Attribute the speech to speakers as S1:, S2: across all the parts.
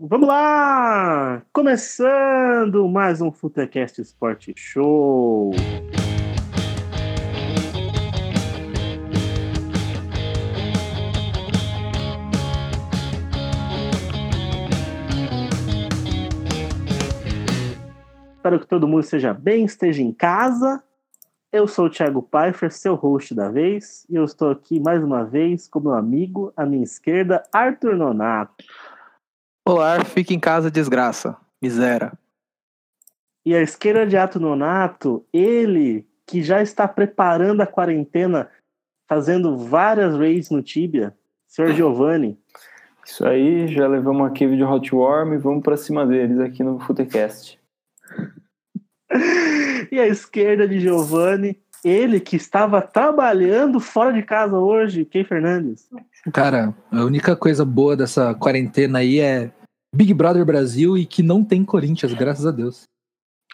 S1: Vamos lá! Começando mais um Futecast Sport Show. Espero que todo mundo esteja bem, esteja em casa. Eu sou o Thiago Pfeiffer, seu host da vez, e eu estou aqui mais uma vez com meu amigo, à minha esquerda, Arthur Nonato.
S2: Olá, fica em casa, desgraça. Miséria.
S1: E à esquerda de Arthur Nonato, ele que já está preparando a quarentena, fazendo várias raids no Tibia, senhor Giovanni.
S3: Isso aí, já levamos a cave de Hot Warm e vamos pra cima deles aqui no Futecast.
S1: E à esquerda de Giovanni, ele que estava trabalhando fora de casa hoje, Kei Fernandes.
S2: Cara, a única coisa boa dessa quarentena aí é Big Brother Brasil e que não tem Corinthians, graças a Deus.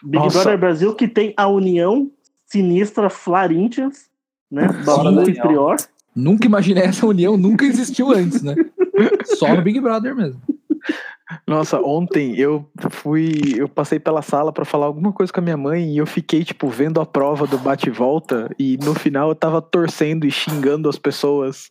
S1: Big
S3: Nossa.
S1: Brother Brasil que tem a União Sinistra Floríntias, né?
S3: Fora da
S1: Babu e
S3: União.
S1: Prior.
S2: Nunca imaginei essa união, nunca existiu antes, né? Só no Big Brother mesmo.
S4: Nossa, ontem eu fui, eu passei pela sala pra falar alguma coisa com a minha mãe e eu fiquei tipo vendo a prova do bate e volta e no final eu tava torcendo e xingando as pessoas.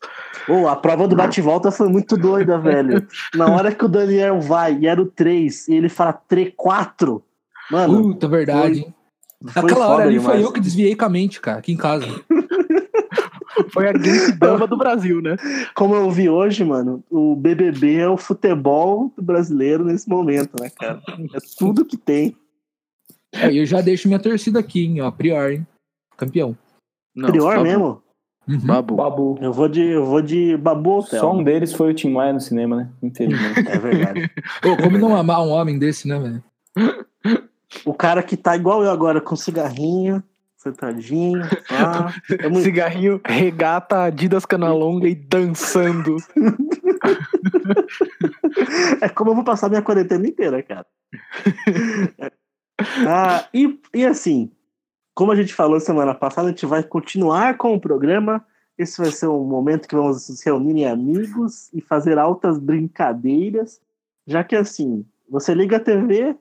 S1: Pô, a prova do bate-volta foi muito doida, velho. Na hora que o Daniel vai e era o 3, e ele fala 3-4. Mano,
S2: Puta verdade. hein?
S3: Foi
S2: Naquela hora
S3: foda
S2: ali foi
S3: demais.
S2: eu que desviei com a mente, cara, aqui em casa.
S4: Foi a grande dama do Brasil, né?
S1: como eu vi hoje, mano, o BBB é o futebol brasileiro nesse momento, né, cara? É tudo que tem.
S2: É, E eu já deixo minha torcida aqui, hein? Ó, prior, hein? Campeão.
S4: Não,
S1: Prior
S4: babu,
S1: mesmo.
S2: Uhum.
S4: Babu.
S3: Babu.
S1: Eu vou de, eu vou de Babu Hotel.
S3: Só um deles foi o Tim Maia no cinema, né? Infelizmente.
S1: É verdade.
S2: Ô, como não amar um homem desse, né, velho?
S1: O cara que tá igual eu agora, com cigarrinho, sentadinho, pá. É muito...
S4: Cigarrinho, regata, Adidas Canalonga e dançando.
S1: É como eu vou passar minha quarentena inteira, cara. Ah, e, e assim, como a gente falou semana passada, a gente vai continuar com o programa. Esse vai ser um momento que vamos nos reunir em amigos e fazer altas brincadeiras. Já que assim, você liga a TV,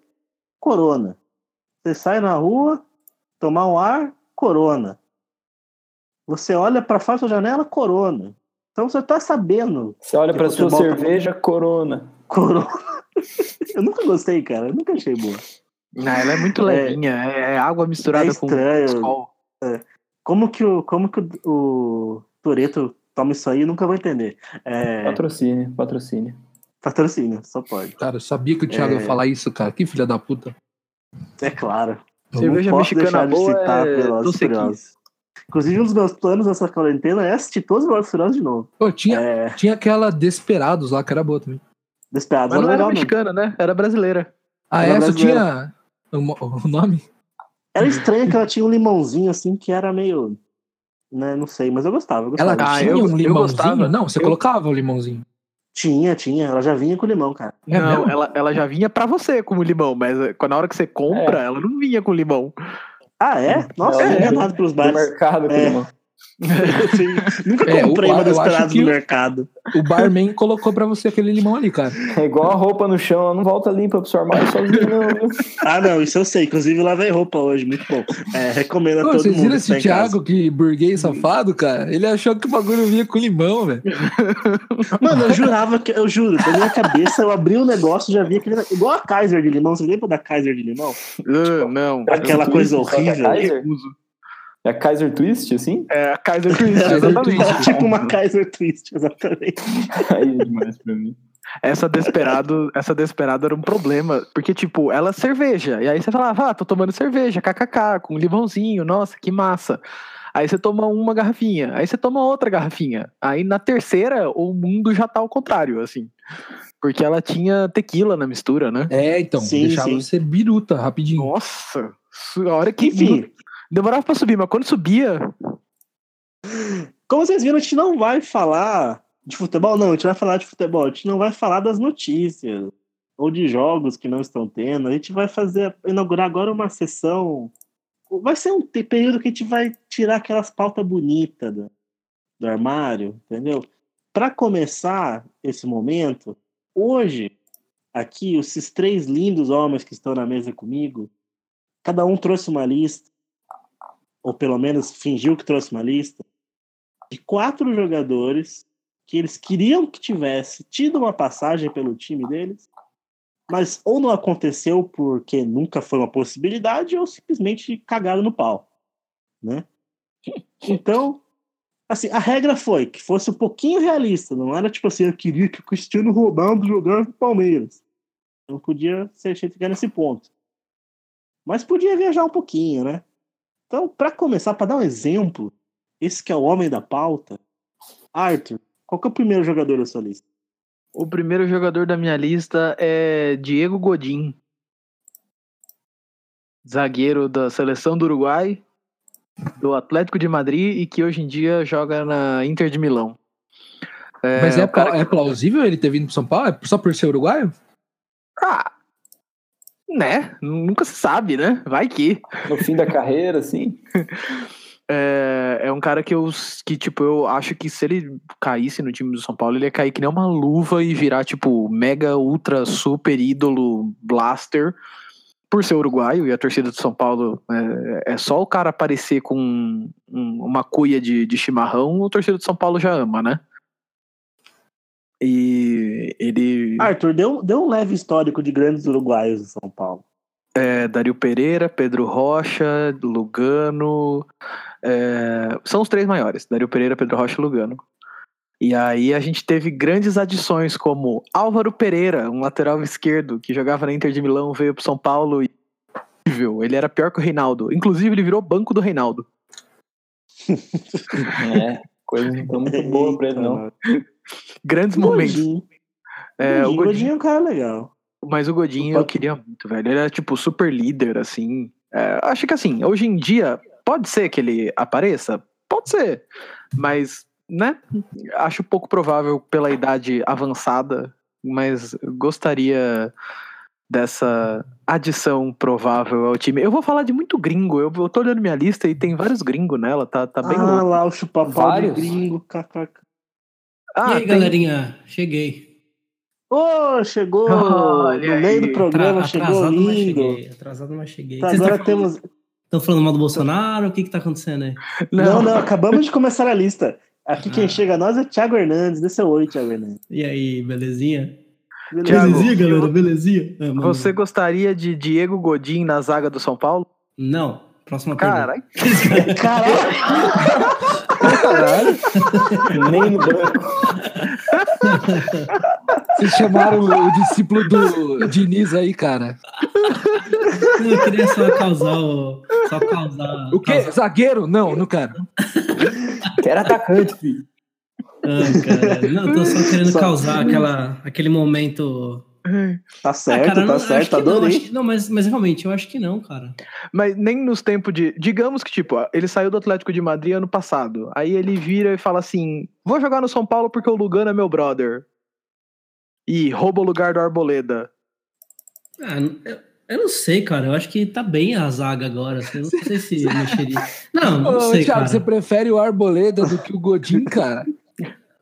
S1: corona. Você sai na rua, tomar um ar, corona. Você olha para fora da sua janela, corona. Então você tá sabendo
S3: Você olha pra
S1: Que
S3: sua
S1: futebol tá-
S3: cerveja, Corona.
S1: Corona. Eu nunca gostei, cara. Eu nunca achei boa.
S4: Não, ela é muito levinha, é, é água
S1: É
S4: misturada com
S1: estranho.
S4: Skol.
S1: Como que o, como que o, o Toreto toma isso aí? Eu nunca vou entender. É,
S3: Patrocínio, patrocínio.
S1: patrocínio, só pode.
S2: Cara, eu sabia que o Thiago
S1: É.
S2: ia falar isso, cara. Que filha da puta.
S1: É claro.
S2: Eu
S4: Cerveja
S1: não posso deixar
S4: mexicana
S1: de
S4: boa
S1: citar
S4: é
S1: Velozes e
S4: Doce Equis.
S1: Furiosos. Inclusive, um dos meus planos nessa quarentena é assistir todos os Velozes e Furiosos de novo.
S2: Pô, tinha,
S1: É,
S2: tinha aquela Desperados lá, que era boa também.
S1: Desperados
S4: Mas
S1: é
S4: não era
S1: legal, mesmo.
S4: mexicana, né? Era brasileira.
S2: Ah,
S1: Era
S2: essa
S1: brasileira.
S2: tinha o mo- o nome?
S1: Era estranho que ela tinha um limãozinho, assim, que era meio... Né, não sei, mas eu gostava. Eu gostava.
S2: Ela
S4: Ah,
S2: tinha
S4: eu-
S2: um
S4: eu
S2: limãozinho?
S4: gostava.
S2: Não, você
S4: Eu-
S2: colocava o limãozinho.
S1: Tinha, tinha. Ela já vinha com limão, cara.
S2: É
S4: não,
S2: mesmo?
S4: ela, ela já vinha pra você como limão, mas eh, na hora que você compra, ela não vinha com limão.
S1: Ah, é? Nossa,
S3: Ela
S1: eu
S3: vinha
S1: é enganado pelos
S3: Do
S1: bares.
S3: mercado,
S1: É.
S3: irmão.
S1: Sim. Assim, Nunca
S2: É,
S1: comprei
S2: eu-
S1: uma
S2: eu acho
S1: desesperada
S2: que
S1: no
S2: o-
S1: mercado.
S2: O barman colocou pra você aquele limão ali, cara.
S3: É igual a roupa no chão, ela não volta limpa pro seu armário sozinho, não. viu?
S1: Ah, não, isso eu sei. Inclusive, lavei roupa hoje, muito bom. É, recomendo a
S2: Pô,
S1: todo
S2: vocês
S1: mundo.
S2: viram
S1: que
S2: esse
S1: está em casa.
S2: Thiago que burguês safado, cara? Ele achou que o bagulho vinha com limão, velho.
S1: Mano, eu jurava que. Eu juro, na minha cabeça, eu abri o negócio e já vi aquele. Igual a Kaiser de limão. Você lembra da Kaiser de limão?
S4: Ah, não.
S1: Aquela
S3: Kaiser
S1: coisa
S3: Twist, só que
S1: horrível.
S3: É Kaiser,
S4: Uso.
S3: é Kaiser Twist, assim?
S4: É, a Kaiser Twist,
S2: Kaiser
S4: exatamente.
S1: tipo uma Kaiser Twist, exatamente.
S3: Aí é demais pra mim.
S4: Essa Desperado, essa Desperado era um problema, porque, tipo, ela é cerveja. E aí você falava, ah, tô tomando cerveja, kkk, com limãozinho, nossa, que massa. Aí você toma uma garrafinha, aí você toma outra garrafinha. Aí na terceira, o mundo já tá ao contrário, assim. Porque ela tinha tequila na mistura, né?
S2: É, então,
S1: Sim,
S2: deixava
S1: sim.
S2: você biruta rapidinho.
S4: Nossa! su- A hora que.
S1: Enfim,
S4: Demorava pra subir, mas quando subia.
S1: como vocês viram, a gente não vai falar de futebol, não. A gente vai falar de futebol. A gente não vai falar das notícias ou de jogos que não estão tendo. A gente vai fazer inaugurar agora uma sessão. Vai ser um te- período que a gente vai tirar aquelas pautas bonitas do, do armário, entendeu? Para começar esse momento, hoje aqui, esses três lindos homens que estão na mesa comigo, cada um trouxe uma lista, ou pelo menos fingiu que trouxe uma lista, de quatro jogadores que eles queriam que tivesse tido uma passagem pelo time deles, mas ou não aconteceu porque nunca foi uma possibilidade, ou simplesmente cagaram no pau, né? Então, assim, a regra foi que fosse um pouquinho realista, não era tipo assim, eu queria que o Cristiano Ronaldo jogasse no Palmeiras. Não podia ser chegar nesse ponto. Mas podia viajar um pouquinho, né? Então, para começar, para dar um exemplo, esse que é o homem da pauta, Arthur, qual que é o primeiro jogador da sua lista?
S4: O primeiro jogador da minha lista é Diego Godin. Zagueiro da seleção do Uruguai, do Atlético de Madrid e que hoje em dia joga na Inter de Milão.
S2: Mas é,
S4: o cara
S2: pla- é plausível ele ter vindo pro São Paulo? É só por ser uruguaio?
S4: Ah, né? Nunca se sabe, né? Vai que.
S3: No fim da carreira, assim.
S4: É, é um cara que eu, que, tipo, eu acho que se ele caísse no time do São Paulo, ele ia cair que nem uma luva e virar, tipo, mega, ultra, super ídolo, blaster, por ser uruguaio. E a torcida do São Paulo é, é só o cara aparecer com um- uma cuia de, de chimarrão, o torcida do São Paulo já ama, né? E ele.
S1: Arthur, deu, deu um leve histórico de grandes uruguaios em São Paulo.
S4: É, Dario Pereira, Pedro Rocha, Lugano. é, são os três maiores: Dario Pereira, Pedro Rocha e Lugano. E aí a gente teve grandes adições como Álvaro Pereira, um lateral esquerdo que jogava na Inter de Milão, veio pro São Paulo e. Incrível, Ele era pior que o Reinaldo. Inclusive, ele virou banco do Reinaldo.
S3: É, coisa não
S4: É
S3: tá muito boa pra ele, não.
S4: Grandes momentos.
S1: Godinho.
S4: É, o
S1: Godinho,
S4: Godinho,
S1: Godinho é um cara legal.
S4: mas o Godinho eu queria muito, velho. Ele era tipo super líder, assim. É, acho que assim, hoje em dia, pode ser que ele apareça? Pode ser. Mas, né? Acho pouco provável pela idade avançada, mas gostaria dessa adição provável ao time. Eu vou falar de muito gringo. Eu, eu tô olhando minha lista e tem vários gringos nela, tá, tá bem
S1: ah,
S4: louco.
S1: lá o chupapau do
S3: Vários?
S1: gringo. kkk.
S4: Ah,
S5: e aí,
S4: tem-
S5: galerinha? Cheguei.
S1: Ô, chegou!
S4: Olha
S1: no meio
S4: aí.
S1: do programa,
S5: Atra-
S1: chegou
S5: atrasado, mas
S1: lindo.
S5: cheguei. Atrasado, mas cheguei.
S1: Tá,
S5: Vocês
S1: agora
S5: estão falando,
S1: temos.
S5: tão falando mal do Bolsonaro? O que que tá acontecendo aí?
S1: Não,
S4: Não,
S1: não, acabamos de começar a lista. Aqui quem
S5: Ah.
S1: chega a nós é Thiago Hernandes. Dê seu oi, Thiago Hernandes.
S5: E aí, belezinha?
S1: Beleza?
S4: Thiago,
S5: belezinha, galera?
S4: eu-
S5: Belezinha? Ah, mano.
S4: Você gostaria de Diego Godin na zaga do São Paulo?
S5: Não. Próxima
S4: Cara,
S1: Caralho,
S4: Caralho.
S3: Nem no banco.
S2: Vocês chamaram o discípulo do Diniz aí, cara.
S5: pergunta. Eu queria só causar o... Só causar...
S2: O quê?
S5: causar-
S2: Ah, Zagueiro? Não, não quero.
S3: Quero atacante, filho.
S5: Ah, cara. Não, eu tô só querendo
S1: Só-
S5: causar aquela, aquele momento...
S1: tá
S5: Ah,
S1: certo,
S5: cara, não-
S1: tá
S5: acho
S1: certo,
S5: que não,
S1: adorei.
S5: acho que- Não, mas, mas realmente, eu acho que não, cara.
S4: Mas nem nos tempos de. Digamos que, tipo, ele saiu do Atlético de Madrid ano passado. Aí ele vira e fala assim: vou jogar no São Paulo porque o Lugano é meu brother. E rouba o lugar do Arboleda.
S5: Ah, eu, eu não sei, cara. Eu acho que tá bem a zaga agora. assim, Eu não sei se mexeria. Não, não
S2: Ô,
S5: sei,
S2: Thiago,
S5: cara.
S2: você prefere o Arboleda do que o Godin, cara?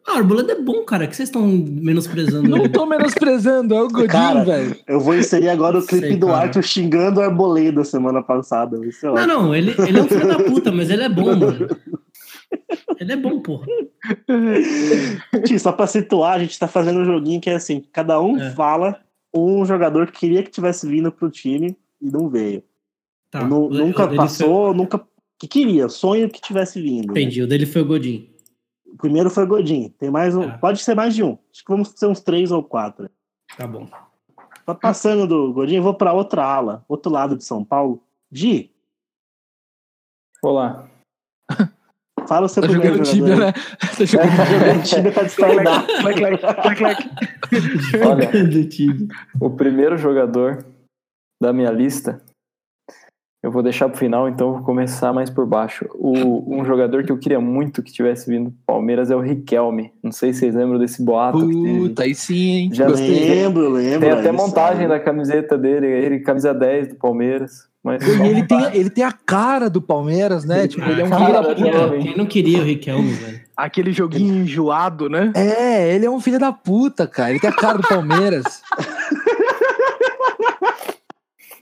S5: Ah, o Arboleda é bom, cara. Que vocês estão menosprezando
S2: Não
S5: ele.
S2: tô menosprezando, é o Godin,
S1: Cara,
S2: velho.
S1: Eu vou inserir agora o
S5: Sei,
S1: clipe do
S5: cara.
S1: Arthur xingando o Arboleda semana passada. Vai ser
S5: Não,
S1: ótimo.
S5: não. Ele, ele é um filho da puta, mas ele é bom, mano. Ele é bom, porra.
S1: Gente, Só pra situar, a gente tá fazendo um joguinho que é assim: cada um
S5: É.
S1: fala um jogador que queria que tivesse vindo pro time e não veio.
S5: Tá,
S1: Nu-
S5: o-
S1: nunca
S5: o dele
S1: passou, nunca. Que queria, sonho que tivesse vindo.
S5: Foi... Entendi. O dele foi o Godin.
S1: O primeiro foi Godinho. Tem mais um.
S5: Tá.
S1: Pode ser mais de um. Acho que vamos ser uns três ou quatro.
S5: Tá bom.
S1: Tá passando do Godinho, eu vou pra outra ala, outro lado de São Paulo. Gi,
S3: Vou lá.
S1: fala o seu
S2: Tá
S1: primeiro
S2: jogando
S1: jogador.
S2: Tibia, né? é Tá jogando
S1: Tá jogando Tibia pra discordar.
S4: Clac, clac,
S2: é
S4: clac, clac.
S3: Olha.
S5: Do time.
S3: O primeiro jogador da minha lista, eu vou deixar pro final, então vou começar mais por baixo. O, um jogador que eu queria muito que tivesse vindo pro Palmeiras é o Riquelme. Não sei se vocês lembram desse boato que teve.
S2: Tá Puta, aí sim, hein?
S3: Já
S2: Gostei.
S1: Lembro, lembro.
S3: Tem até
S1: isso, né?
S3: montagem da camiseta dele, ele camisa 10 do Palmeiras. Mas
S2: E ele tem, ele tem a cara do Palmeiras, né? Tipo, ele é um
S5: Ah,
S2: filho
S5: Cara,
S2: da
S3: um Cara,
S5: Quem
S2: puta.
S5: não- Quem não queria o Riquelme, velho?
S4: Aquele joguinho enjoado, né?
S2: É, ele é um filho da puta, cara. Ele tem a cara do Palmeiras.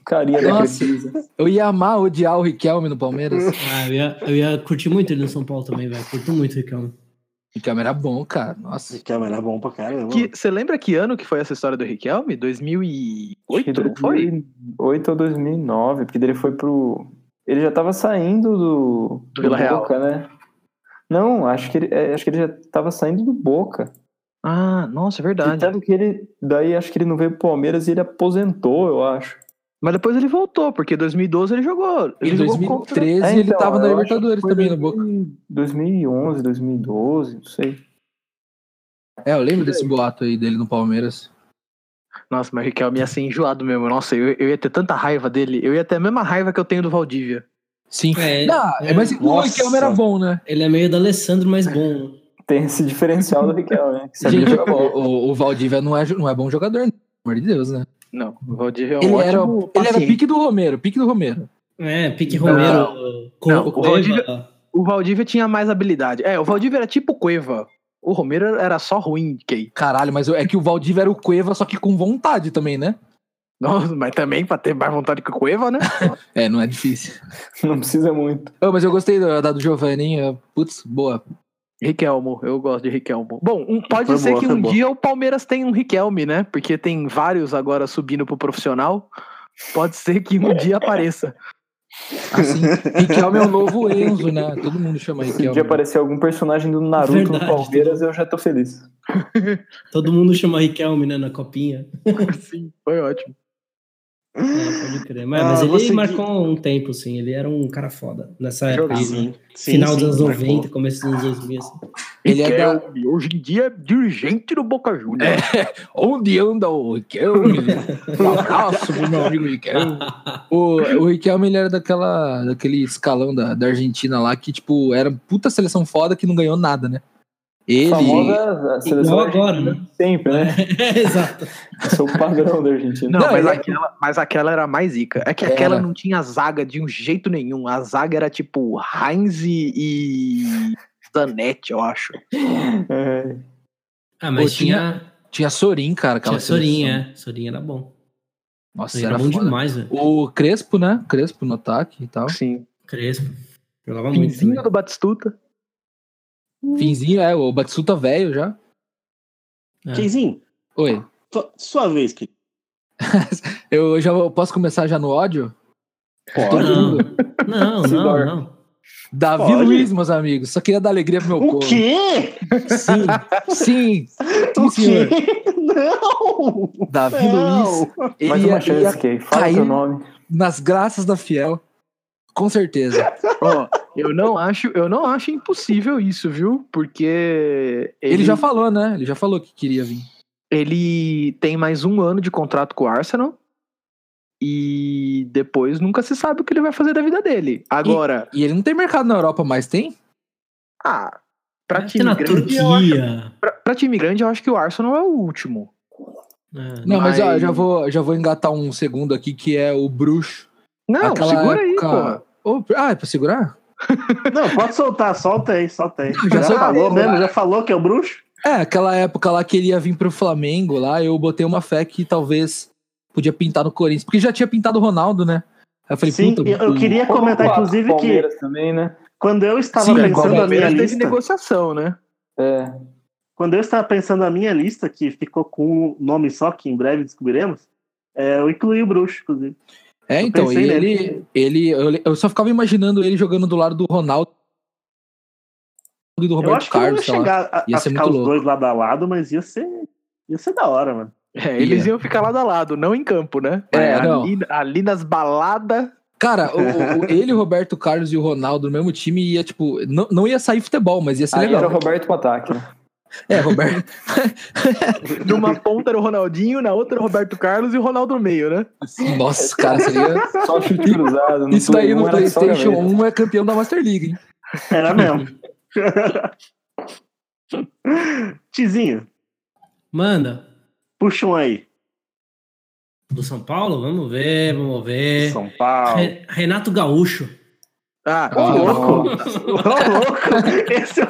S3: Carinha da
S2: Nossa.
S3: Crefisa.
S2: Eu ia amar odiar o Riquelme no Palmeiras.
S5: Ah, eu ia, eu ia curtir muito ele no São Paulo também, velho. Curto muito o Riquelme.
S2: Riquelme era bom, cara. Nossa.
S1: Que era bom pra caramba.
S4: Que- Você lembra que ano É, que foi essa história do Riquelme? 2008, não foi?
S3: 2008 ou 2009, porque ele foi pro. Ele já tava saindo do.
S4: Do Vila Real.
S3: Boca, né? Não, acho que, ele, é, acho que ele já tava saindo do Boca.
S4: Ah, nossa, é
S3: E
S4: verdade.
S3: tanto que ele. Daí acho que ele não veio pro Palmeiras e ele aposentou, eu acho.
S4: Mas depois ele voltou, porque em 2012 ele jogou. Ele
S2: Em
S4: jogou contra-
S2: 2013
S3: É,
S2: ele
S3: então,
S2: tava na
S3: eu acho que
S2: Libertadores
S3: foi
S2: também no Boca.
S3: 2011, 2012, não sei.
S2: É, eu lembro desse boato aí dele no Palmeiras.
S4: Nossa, mas o Riquelme ia ser enjoado mesmo. Nossa, eu, eu ia ter tanta raiva dele. Eu ia ter a mesma raiva que eu tenho do Valdívia.
S2: Sim.
S5: É,
S2: Não,
S5: é,
S2: mas assim, o
S1: nossa.
S2: Riquelme era bom, né?
S5: Ele é meio da Alessandro, mas bom.
S3: Tem esse diferencial do Riquel, né? Que sabia
S2: Gente,
S3: jogar
S2: o,
S3: bola.
S2: o- o Valdívia não é, jo- não é bom jogador, né? pelo amor de Deus, né?
S4: Não, o Valdívia é um
S2: Ele
S4: ótimo
S2: era, ele era
S4: paciente.
S2: pique do Romero, pique do Romero.
S5: É, Pique
S4: Não.
S5: Romero. Co-
S4: Não, o
S5: Cueva.
S4: Valdívia- O Valdívia tinha mais habilidade. É, o Valdívia era tipo Cueva. O Romero era só ruim, Key.
S2: Caralho, mas é que o Valdívia era o Cueva, só que com vontade também, né?
S4: Nossa, mas também pra ter mais vontade que o Cueva, né?
S2: É, não é difícil.
S3: Não precisa muito.
S2: Ah, mas eu gostei da, da do Giovanni. é, Putz, boa.
S4: Riquelmo, eu gosto de Riquelmo. Bom, um- pode
S1: Foi
S4: ser
S1: boa,
S4: que
S1: foi
S4: um
S1: boa.
S4: dia o Palmeiras tenha um Riquelme, né? Porque tem vários agora subindo pro profissional. Pode ser que um dia apareça.
S2: Assim, Riquelme é o novo Enzo, né? Todo mundo chama
S3: Se um dia
S2: Riquelme.
S3: aparecer algum personagem do Naruto
S5: Verdade.
S3: no Palmeiras, eu já tô feliz.
S5: Todo mundo chama Riquelme, né, na copinha.
S4: Sim, foi ótimo.
S5: É, pode crer. Mas,
S1: Ah,
S5: mas ele
S1: vou seguir.
S5: marcou um tempo, sim. Ele era um cara foda nessa época.
S4: Jogava.
S5: Assim.
S1: Ah, Sim, sim,
S5: Final
S1: sim,
S5: dos anos
S1: marcou.
S5: 90, começo dos anos 2000. Assim.
S2: Ele é da-
S4: Riquelme, hoje em dia é dirigente do Boca Juniors.
S2: Onde anda o Riquelme? Um abraço pro meu amigo Riquelme. O, o Riquelme ele era daquela, daquele escalão da, da Argentina lá que, tipo, era puta seleção foda que não ganhou nada, né? Ele.
S3: Famosa a seleção
S5: Igual agora,
S3: argentina
S5: né?
S3: sempre, né?
S5: É, Exato.
S3: Eu sou o padrão da Argentina.
S4: Não,
S2: Não,
S4: mas,
S2: ele- é
S4: aquela, mas aquela era mais zica. É que
S2: Era.
S4: aquela não tinha zaga de um jeito nenhum. A zaga era tipo Heinz e- e Zanetti, eu acho.
S3: É,
S5: Ah, mas
S2: Pô,
S5: tinha,
S2: Tinha Sorin, cara. Aquela
S5: tinha Sorinha.
S2: seleção.
S5: é. Sorinha era bom.
S2: Nossa,
S5: Sorinha
S2: era,
S5: era bom
S2: foda.
S5: demais, velho.
S2: O Crespo, né? Crespo no ataque e tal.
S4: Sim.
S5: Crespo. Jogava muito.
S4: Pinzinho
S5: também.
S4: do Batistuta.
S2: Finzinho, é, o Batsuta velho já. né?
S5: É.
S1: Keizinho,
S2: Oi.
S1: tua- sua vez, Keizinho.
S2: Eu já eu posso começar já no ódio? É,
S3: pode.
S2: Todo
S5: Não,
S2: mundo.
S5: não, não,
S3: Sidor.
S5: não.
S2: Davi
S1: Pode.
S2: Luiz, meus amigos. Só queria dar alegria pro meu
S1: O
S2: povo.
S1: quê?
S2: Sim, sim, sim,
S1: O
S2: senhor.
S1: quê? Não!
S2: Davi
S1: Não.
S2: Luiz, ele
S3: Mais
S2: ia,
S3: uma
S2: ele
S3: chance,
S2: ia
S3: Kay. Fala
S2: cair.
S3: teu nome.
S2: nas graças da fiel. Com certeza.
S4: Ó, eu não acho, eu não acho impossível isso, viu? Porque
S2: Ele... já falou, né? Ele já falou que queria vir.
S4: ele tem mais um ano de contrato com o Arsenal. E depois nunca se sabe o que ele vai fazer da vida dele. Agora,
S2: E ele não tem mercado na Europa mais, tem?
S4: ah, pra
S5: Até
S4: time
S5: na
S4: grande, eu acho,
S5: Turquia.
S4: pra, pra time grande, eu acho que o Arsenal é o último.
S5: É,
S2: Não, mas, ó, eu
S4: Mas-
S2: já vou, já vou engatar um segundo aqui que é o Bruxo.
S4: Não,
S2: Aquela
S4: segura aí,
S2: época-
S4: porra.
S2: Ô, ah, é pra segurar?
S1: Não, pode soltar, solta aí, solta aí.
S2: já
S1: Já,
S2: soltei,
S1: falou
S2: cara.
S1: mesmo, já falou que é o bruxo?
S2: É, aquela época lá que ele ia vir pro Flamengo lá, eu botei uma fé que talvez podia pintar no Corinthians, porque já tinha pintado o Ronaldo, né? Aí eu falei,
S1: Sim,
S2: puta,
S1: eu- eu
S2: o-
S1: queria comentar,
S3: Opa,
S1: inclusive, que
S3: Palmeiras também, né?
S1: quando eu estava
S2: Sim,
S4: O
S1: pensando
S2: agora
S1: a minha
S4: Palmeiras teve
S1: lista.
S4: negociação, né?
S3: É.
S1: Quando eu estava pensando a minha lista, que ficou com um nome só, que em breve descobriremos, é, eu incluí o bruxo, inclusive.
S2: É,
S1: Eu
S2: então, e
S1: pensei
S2: ele,
S1: nele.
S2: ele eu, eu só ficava imaginando ele jogando do lado do Ronaldo e do
S1: eu
S2: Roberto
S1: acho que não ia
S2: Carlos, sei lá.
S1: chegar a,
S2: Ia
S1: a
S2: ser
S1: ficar
S2: muito
S1: os
S2: louco.
S1: dois lado a lado, mas ia ser, ia ser da hora, mano.
S4: É, eles
S2: Ia.
S4: iam ficar lado a lado, não em campo, né?
S2: É, não.
S4: ali, ali nas baladas.
S2: Cara, o, o- ele, o Roberto Carlos e o Ronaldo no mesmo time ia, tipo, não, não ia sair futebol, mas ia ser
S3: Aí
S2: é legal.
S3: era o Roberto pro ataque. né?
S2: É, Roberto.
S4: Numa ponta era o Ronaldinho, na outra era o Roberto Carlos e o Ronaldo no meio, né?
S2: Nossa, cara, seria.
S3: Só chute cruzado. no
S2: Isso daí
S3: Play um
S2: no
S3: era só
S2: PlayStation
S3: gaveta.
S2: 1 é campeão da Master League, hein?
S1: Era mesmo. Tizinho,
S5: Manda.
S1: puxa um aí.
S5: Do São Paulo? Vamos ver, vamos ver.
S1: São Paulo.
S5: Re- Renato Gaúcho.
S4: Ah,
S2: Ah,
S3: Tá
S1: Ô, louco!
S2: não.
S1: Ô, louco! Esse é o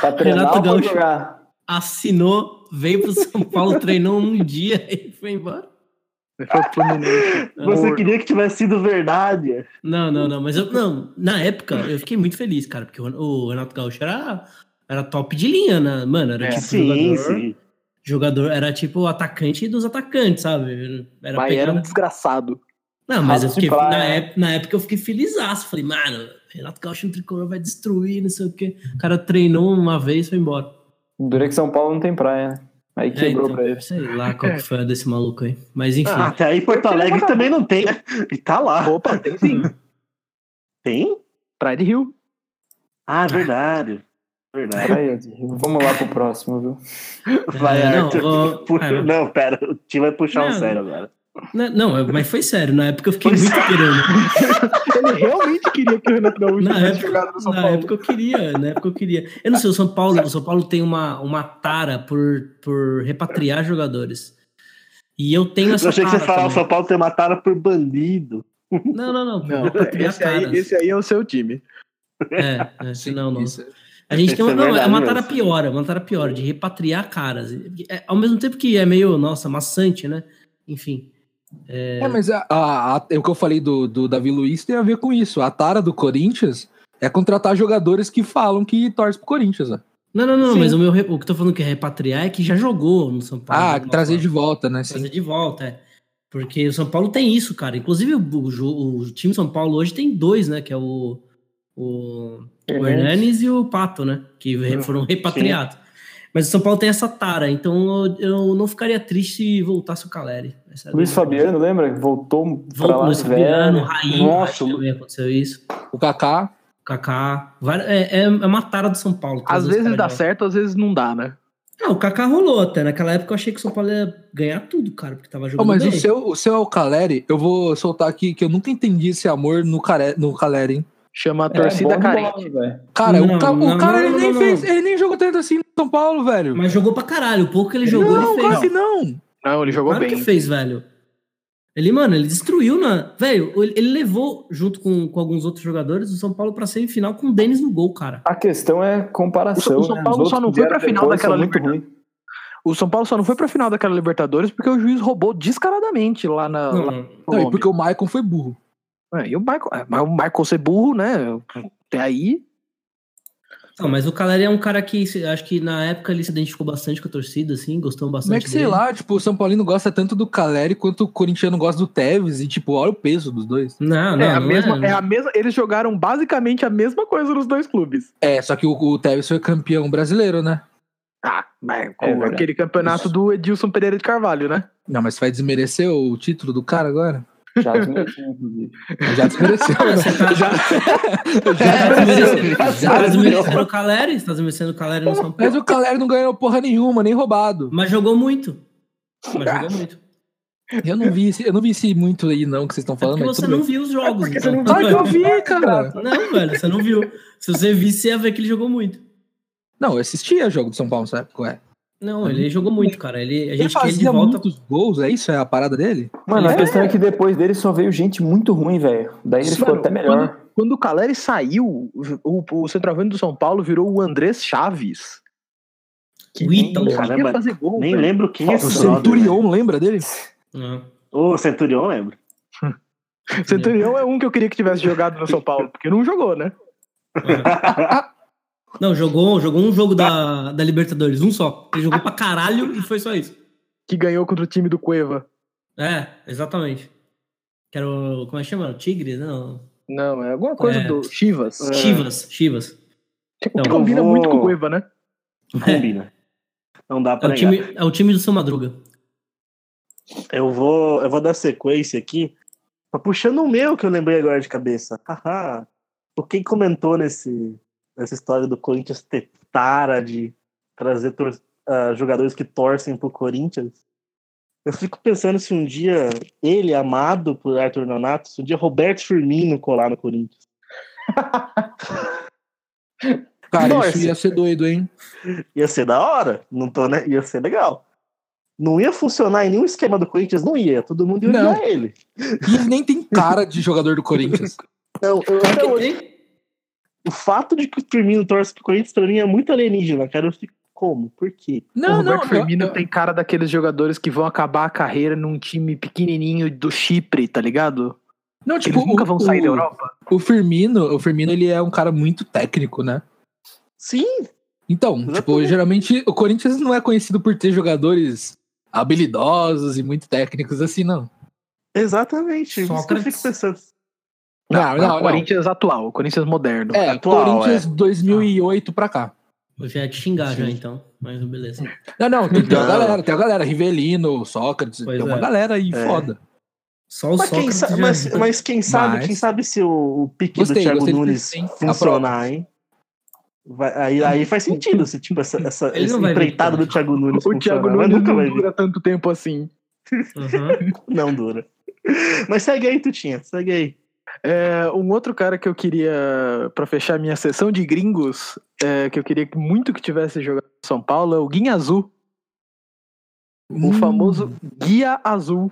S3: Pra treinar
S5: Renato
S3: ou pra
S5: Gaúcho.
S3: jogar?
S5: Assinou, veio pro São Paulo, treinou um dia e foi embora.
S4: Ele foi pro Fluminense.
S1: Você
S4: Amor.
S1: queria que tivesse sido verdade.
S5: Não, não, não. Mas eu, não, na época eu fiquei muito feliz, cara, porque o Ren- o Renato Gaúcho era, era top de linha, né? Mano, era
S4: É,
S5: tipo
S1: Sim,
S5: jogador,
S1: sim.
S5: jogador. Era tipo o atacante dos atacantes, sabe? Era
S4: Mas
S5: pegada-
S4: era um desgraçado.
S5: Não, mas eu
S3: Rato de
S5: fiquei,
S3: praia.
S5: na, época, na época eu fiquei felizaço. Falei, mano, Renato Gaúcho no tricolor vai destruir, não sei o quê. O cara treinou uma vez e foi embora.
S3: Dura que São Paulo não tem praia, né? Aí
S5: É,
S3: quebrou
S5: então,
S3: pra ele.
S5: Sei lá qual que foi a desse maluco aí. Mas enfim.
S1: Ah, até aí Porto Alegre também não tem, né? E tá lá.
S4: Opa, tem sim.
S1: Tem?
S4: Praia de Rio.
S1: Ah, verdade. É Verdade.
S3: Aí, Odinho, Vamos lá pro próximo, viu?
S1: Vai,
S5: É, não,
S1: Arthur.
S5: vou-
S1: Puxa-
S5: Ah, não.
S1: Não, pera, o time vai puxar um
S5: Não.
S1: sério agora.
S5: né, Não, eu- mas foi sério. Na época eu fiquei
S1: Foi
S5: muito querendo.
S4: Ele realmente queria que o Renato Gaúcho
S5: Na
S4: tivesse
S5: época,
S4: jogado no São
S5: na
S4: Paulo.
S5: época eu queria, na época eu queria. Eu não sei, o São Paulo, o São Paulo tem uma, uma tara por, por repatriar jogadores. E eu tenho essa
S1: Eu achei que você
S5: tara
S1: falava o
S5: também.
S1: São Paulo ter matado por bandido.
S5: Não, não, não. por
S4: Não,
S5: repatriar
S4: esse aí,
S5: taras.
S4: esse aí é o seu time.
S5: É, é, não, não.
S2: Isso.
S5: A gente
S1: Isso
S5: tem uma,
S1: é
S5: não, é
S1: verdade
S5: uma
S1: mesmo.
S5: tara pior, é uma tara pior, de repatriar caras. É, ao mesmo tempo que é meio, nossa, maçante, né? Enfim.
S2: É, mas a, a- a- é o que eu falei do, do Davi Luiz tem a ver com isso. A tara do Corinthians é contratar jogadores que falam que torcem pro Corinthians. né? ó.
S5: Não, não, não,
S2: Sim.
S5: mas o, meu, re- o que eu tô falando que é repatriar é que já jogou no São Paulo.
S2: Ah,
S5: Não,
S2: trazer
S5: não.
S2: de volta, né?
S5: trazer
S2: Sim.
S5: de volta, é. Porque o São Paulo tem isso, cara. Inclusive, o, jo- o time São Paulo hoje tem dois, né? Que é o, o, o Hernanes e o Pato, né? Que re- foram repatriados. Mas o São Paulo tem essa tara, então eu, eu não ficaria triste se voltasse o Caleri. Essa é a
S3: Luiz
S5: verdade.
S3: Fabiano, lembra? Voltou pra
S5: Volta
S3: lá,
S5: Luiz Fabiano, Raí,
S3: Nossa,
S5: Raí também aconteceu isso.
S2: O Kaká.
S5: Kaká. vari- É, é, é uma tara do São Paulo.
S4: Às
S5: trazer os
S4: vezes
S5: caras
S4: dá
S5: de volta.
S4: certo, às vezes não dá, né?
S5: Ah, o Kaká rolou até. Naquela época eu achei que o São Paulo ia ganhar tudo, cara, porque tava
S2: Oh,
S5: jogando.
S2: mas
S5: bem.
S2: o seu, o seu é o Caleri. Eu vou soltar aqui que eu nunca entendi esse amor no, care, no Caleri, hein?
S4: Chama a
S3: É, bom
S4: torcida
S3: de
S4: carente.
S3: bola, velho.
S2: Cara,
S5: Não,
S2: o, ca- o
S5: não,
S2: cara
S5: não,
S2: ele
S5: não,
S2: nem
S5: não,
S2: fez.
S5: não.
S2: Ele nem jogou tanto assim no São Paulo, velho.
S5: Mas jogou pra caralho. O pouco que ele
S2: não,
S5: jogou, ele fez.
S2: quase não.
S4: Não, ele jogou
S5: Claro
S4: bem.
S5: que fez, velho. Ele, mano, ele destruiu na. Velho, ele, ele levou, junto com, com alguns outros jogadores, o São Paulo pra semifinal com o Denis no gol, cara.
S3: A questão é comparação.
S4: O São
S3: né?
S4: Paulo
S3: Os
S4: só
S3: outros
S4: não
S3: que
S4: foi
S3: vieram
S4: pra final
S3: depois são
S4: daquela
S3: muito ruim.
S4: O São Paulo só não foi pra final daquela Libertadores porque o juiz roubou descaradamente lá na.
S5: Não,
S4: Ah, lá
S5: não.
S4: no
S2: Não, e
S4: Colômbia.
S2: porque o Maicon foi burro.
S4: É, e o Michael, é, mas o Michael ser burro, né? Até aí.
S5: Não, mas o Caleri é um cara que se- acho que na época ele se identificou bastante com a torcida, assim, gostou bastante.
S2: Como é que, sei
S5: dele.
S2: lá, tipo, o São Paulino gosta tanto do Caleri quanto o corintiano gosta do Tevez. E, tipo, olha o peso dos dois.
S5: Não, não,
S4: é, a
S5: não
S4: mesma,
S5: é,
S4: é a mesma. Eles jogaram basicamente a mesma coisa nos dois clubes.
S2: É, só que o, o Tevez foi campeão brasileiro, né?
S4: Ah, mas
S3: É
S4: com
S3: verdade.
S4: aquele campeonato do Edilson Pereira de Carvalho, né?
S2: Não, mas vai desmerecer o título do cara agora?
S3: Já desmentiu, inclusive.
S2: Já desmereceu. né?
S5: Você tá-
S2: Já-
S5: Tá
S2: já
S5: desmerecendo-
S2: desmereceu.
S5: tá
S2: Já desmereceu.
S5: desmerecendo o Caleri, você tá desmerecendo o Caleri no São
S2: Mas
S5: Paulo.
S2: o Caleri não ganhou porra nenhuma, nem roubado.
S5: Mas jogou muito. Mas jogou muito.
S2: Eu não vi, esse- eu não vi esse muito aí, não, que vocês estão
S5: É
S2: falando,
S5: porque
S2: mas
S5: você
S2: tudo
S5: não
S2: bem.
S5: viu os jogos.
S3: porque você
S5: então.
S2: Claro que eu vi, cara.
S5: Não, velho, você não viu. Se você visse, você ia ver que ele jogou muito.
S2: Não, eu assistia o jogo do São Paulo, sabe? Ué.
S5: Não, ele jogou muito, cara. Ele, a
S2: Ele
S5: gente quer ele de
S2: fazia
S5: volta.
S2: muitos gols, é isso? É a parada dele?
S3: Mano, a
S4: É.
S3: questão é que depois dele só veio gente muito ruim, velho. Daí ele ficou
S4: Mano,
S3: até melhor.
S4: Quando o Caleri saiu, o, o centroavante do São Paulo virou o Andrés Chaves. Que
S5: O
S4: nem
S5: Ítalo,
S4: sabia
S1: caramba,
S4: fazer gol,
S1: Nem
S4: velho.
S1: lembro quem é
S3: Fala
S2: O
S1: esse brother,
S2: Centurion, lembra dele?
S5: Não.
S1: velho. Ô, Centurion, lembro.
S4: Centurião é um que eu queria que tivesse jogado no São Paulo, porque não jogou, né?
S5: Não, jogou, jogou um jogo da, da Libertadores, um só. Ele jogou pra caralho e foi só isso.
S4: Que ganhou contra o time do Cueva.
S5: É, exatamente. Que era o. Como é que chama? O Tigre? Não.
S4: Não, é alguma coisa
S5: É.
S4: do Chivas.
S5: Chivas, Chivas.
S4: O que
S5: Não,
S4: combina
S1: eu vou-
S4: muito com o Cueva, né?
S1: Combina. Não dá
S5: É
S1: pra
S5: o,
S1: negar.
S5: time, é o time do seu Madruga.
S1: Eu vou, eu vou dar sequência aqui. Tô puxando o meu que eu lembrei agora de cabeça. Haha. o quem comentou nesse, nessa história do Corinthians ter tara de trazer tor- ah, jogadores que torcem pro Corinthians? Eu fico pensando se um dia ele, amado por Arthur Nonato, se um dia Roberto Firmino colar no Corinthians.
S2: Cara,
S1: Torce.
S2: isso ia ser doido, hein?
S1: Ia ser da hora, não tô, né? Ia ser legal. Não ia funcionar em nenhum esquema do Corinthians, não ia. Todo mundo ia
S2: Não.
S1: odiar ele.
S2: E ele nem tem cara de jogador do Corinthians.
S1: Não, eu, até hoje-
S5: Tem?
S1: o fato de que o Firmino torce pro Corinthians pra mim é muito alienígena, cara. Eu fico Como? Por quê?
S4: é o
S2: Não,
S4: Roberto
S2: não,
S4: Firmino
S2: eu- eu-
S4: tem cara daqueles jogadores que vão acabar a carreira num time pequenininho do Chipre, tá ligado?
S2: não,
S4: Eles nunca vão sair
S2: Tipo o-
S4: da Europa.
S2: O Firmino, o Firmino, ele é um cara muito técnico, né?
S1: Sim,
S2: Então, tipo,
S1: Exatamente.
S2: geralmente o Corinthians não é conhecido por ter jogadores habilidosos e muito técnicos assim, não.
S1: exatamente. Isso que eu
S5: Sócrates.
S1: fico pensando.
S2: Não, não,
S4: o
S2: não.
S4: Corinthians atual, o Corinthians moderno.
S2: É,
S1: atual,
S2: Corinthians 2008 pra cá.
S5: Eu já ia te xingar já, então. Mas beleza.
S2: Não, não, tem, tem uma
S1: Não.
S2: galera, tem uma galera, Rivelino, Sócrates,
S5: Pois
S2: tem uma
S5: é.
S2: galera aí
S1: É.
S2: foda.
S5: Só é o
S1: Mas quem,
S5: Sócrates
S1: sa-
S5: já-
S1: mas, mas quem sabe,
S2: Mas-
S1: quem sabe se o, o pique
S2: Gostei,
S1: do Thiago
S2: gostei de
S1: Nunes
S2: pensar, hein?
S1: funcionar, hein? Vai- aí, aí faz sentido, se tipo, essa, essa
S5: Ele
S1: esse
S5: não vai vir,
S1: empreitado do
S5: cara.
S1: Thiago Nunes
S4: O Thiago
S1: funcionar, mas
S4: Nunes
S1: nunca vai
S4: não
S1: vir.
S4: dura tanto tempo assim.
S5: Aham.
S1: Não dura. Mas segue aí, Tutinha, segue aí.
S4: É, um outro cara que eu queria, pra fechar minha sessão de gringos, é, que eu queria muito que tivesse jogado em São Paulo, é o Guinha Azul, o
S2: Hum.
S4: famoso Guia Azul,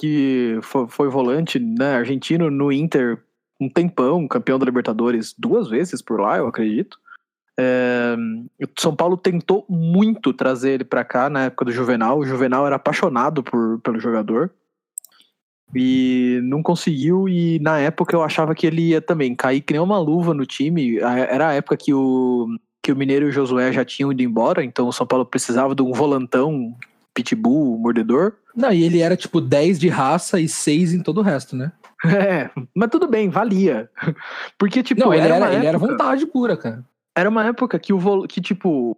S4: que fo- foi, volante né, argentino no Inter um tempão, campeão da Libertadores duas vezes por lá, eu acredito. É, o São Paulo tentou muito trazer ele pra cá na época do Juvenal. O Juvenal era apaixonado por, pelo jogador e não conseguiu. E na época eu achava que ele ia também cair que nem uma luva no time. A- Era a época que o, que o Mineiro e o Josué já tinham ido embora, então o São Paulo precisava de um volantão, pitbull, um mordedor.
S2: Não, e ele era tipo 10 de raça e 6 em todo o resto, né?
S4: É, mas tudo bem, valia. Porque, tipo,
S2: não, ele era,
S4: uma
S2: ele era
S4: época-
S2: vontade pura, cara.
S4: era uma época que, o vol- que, tipo,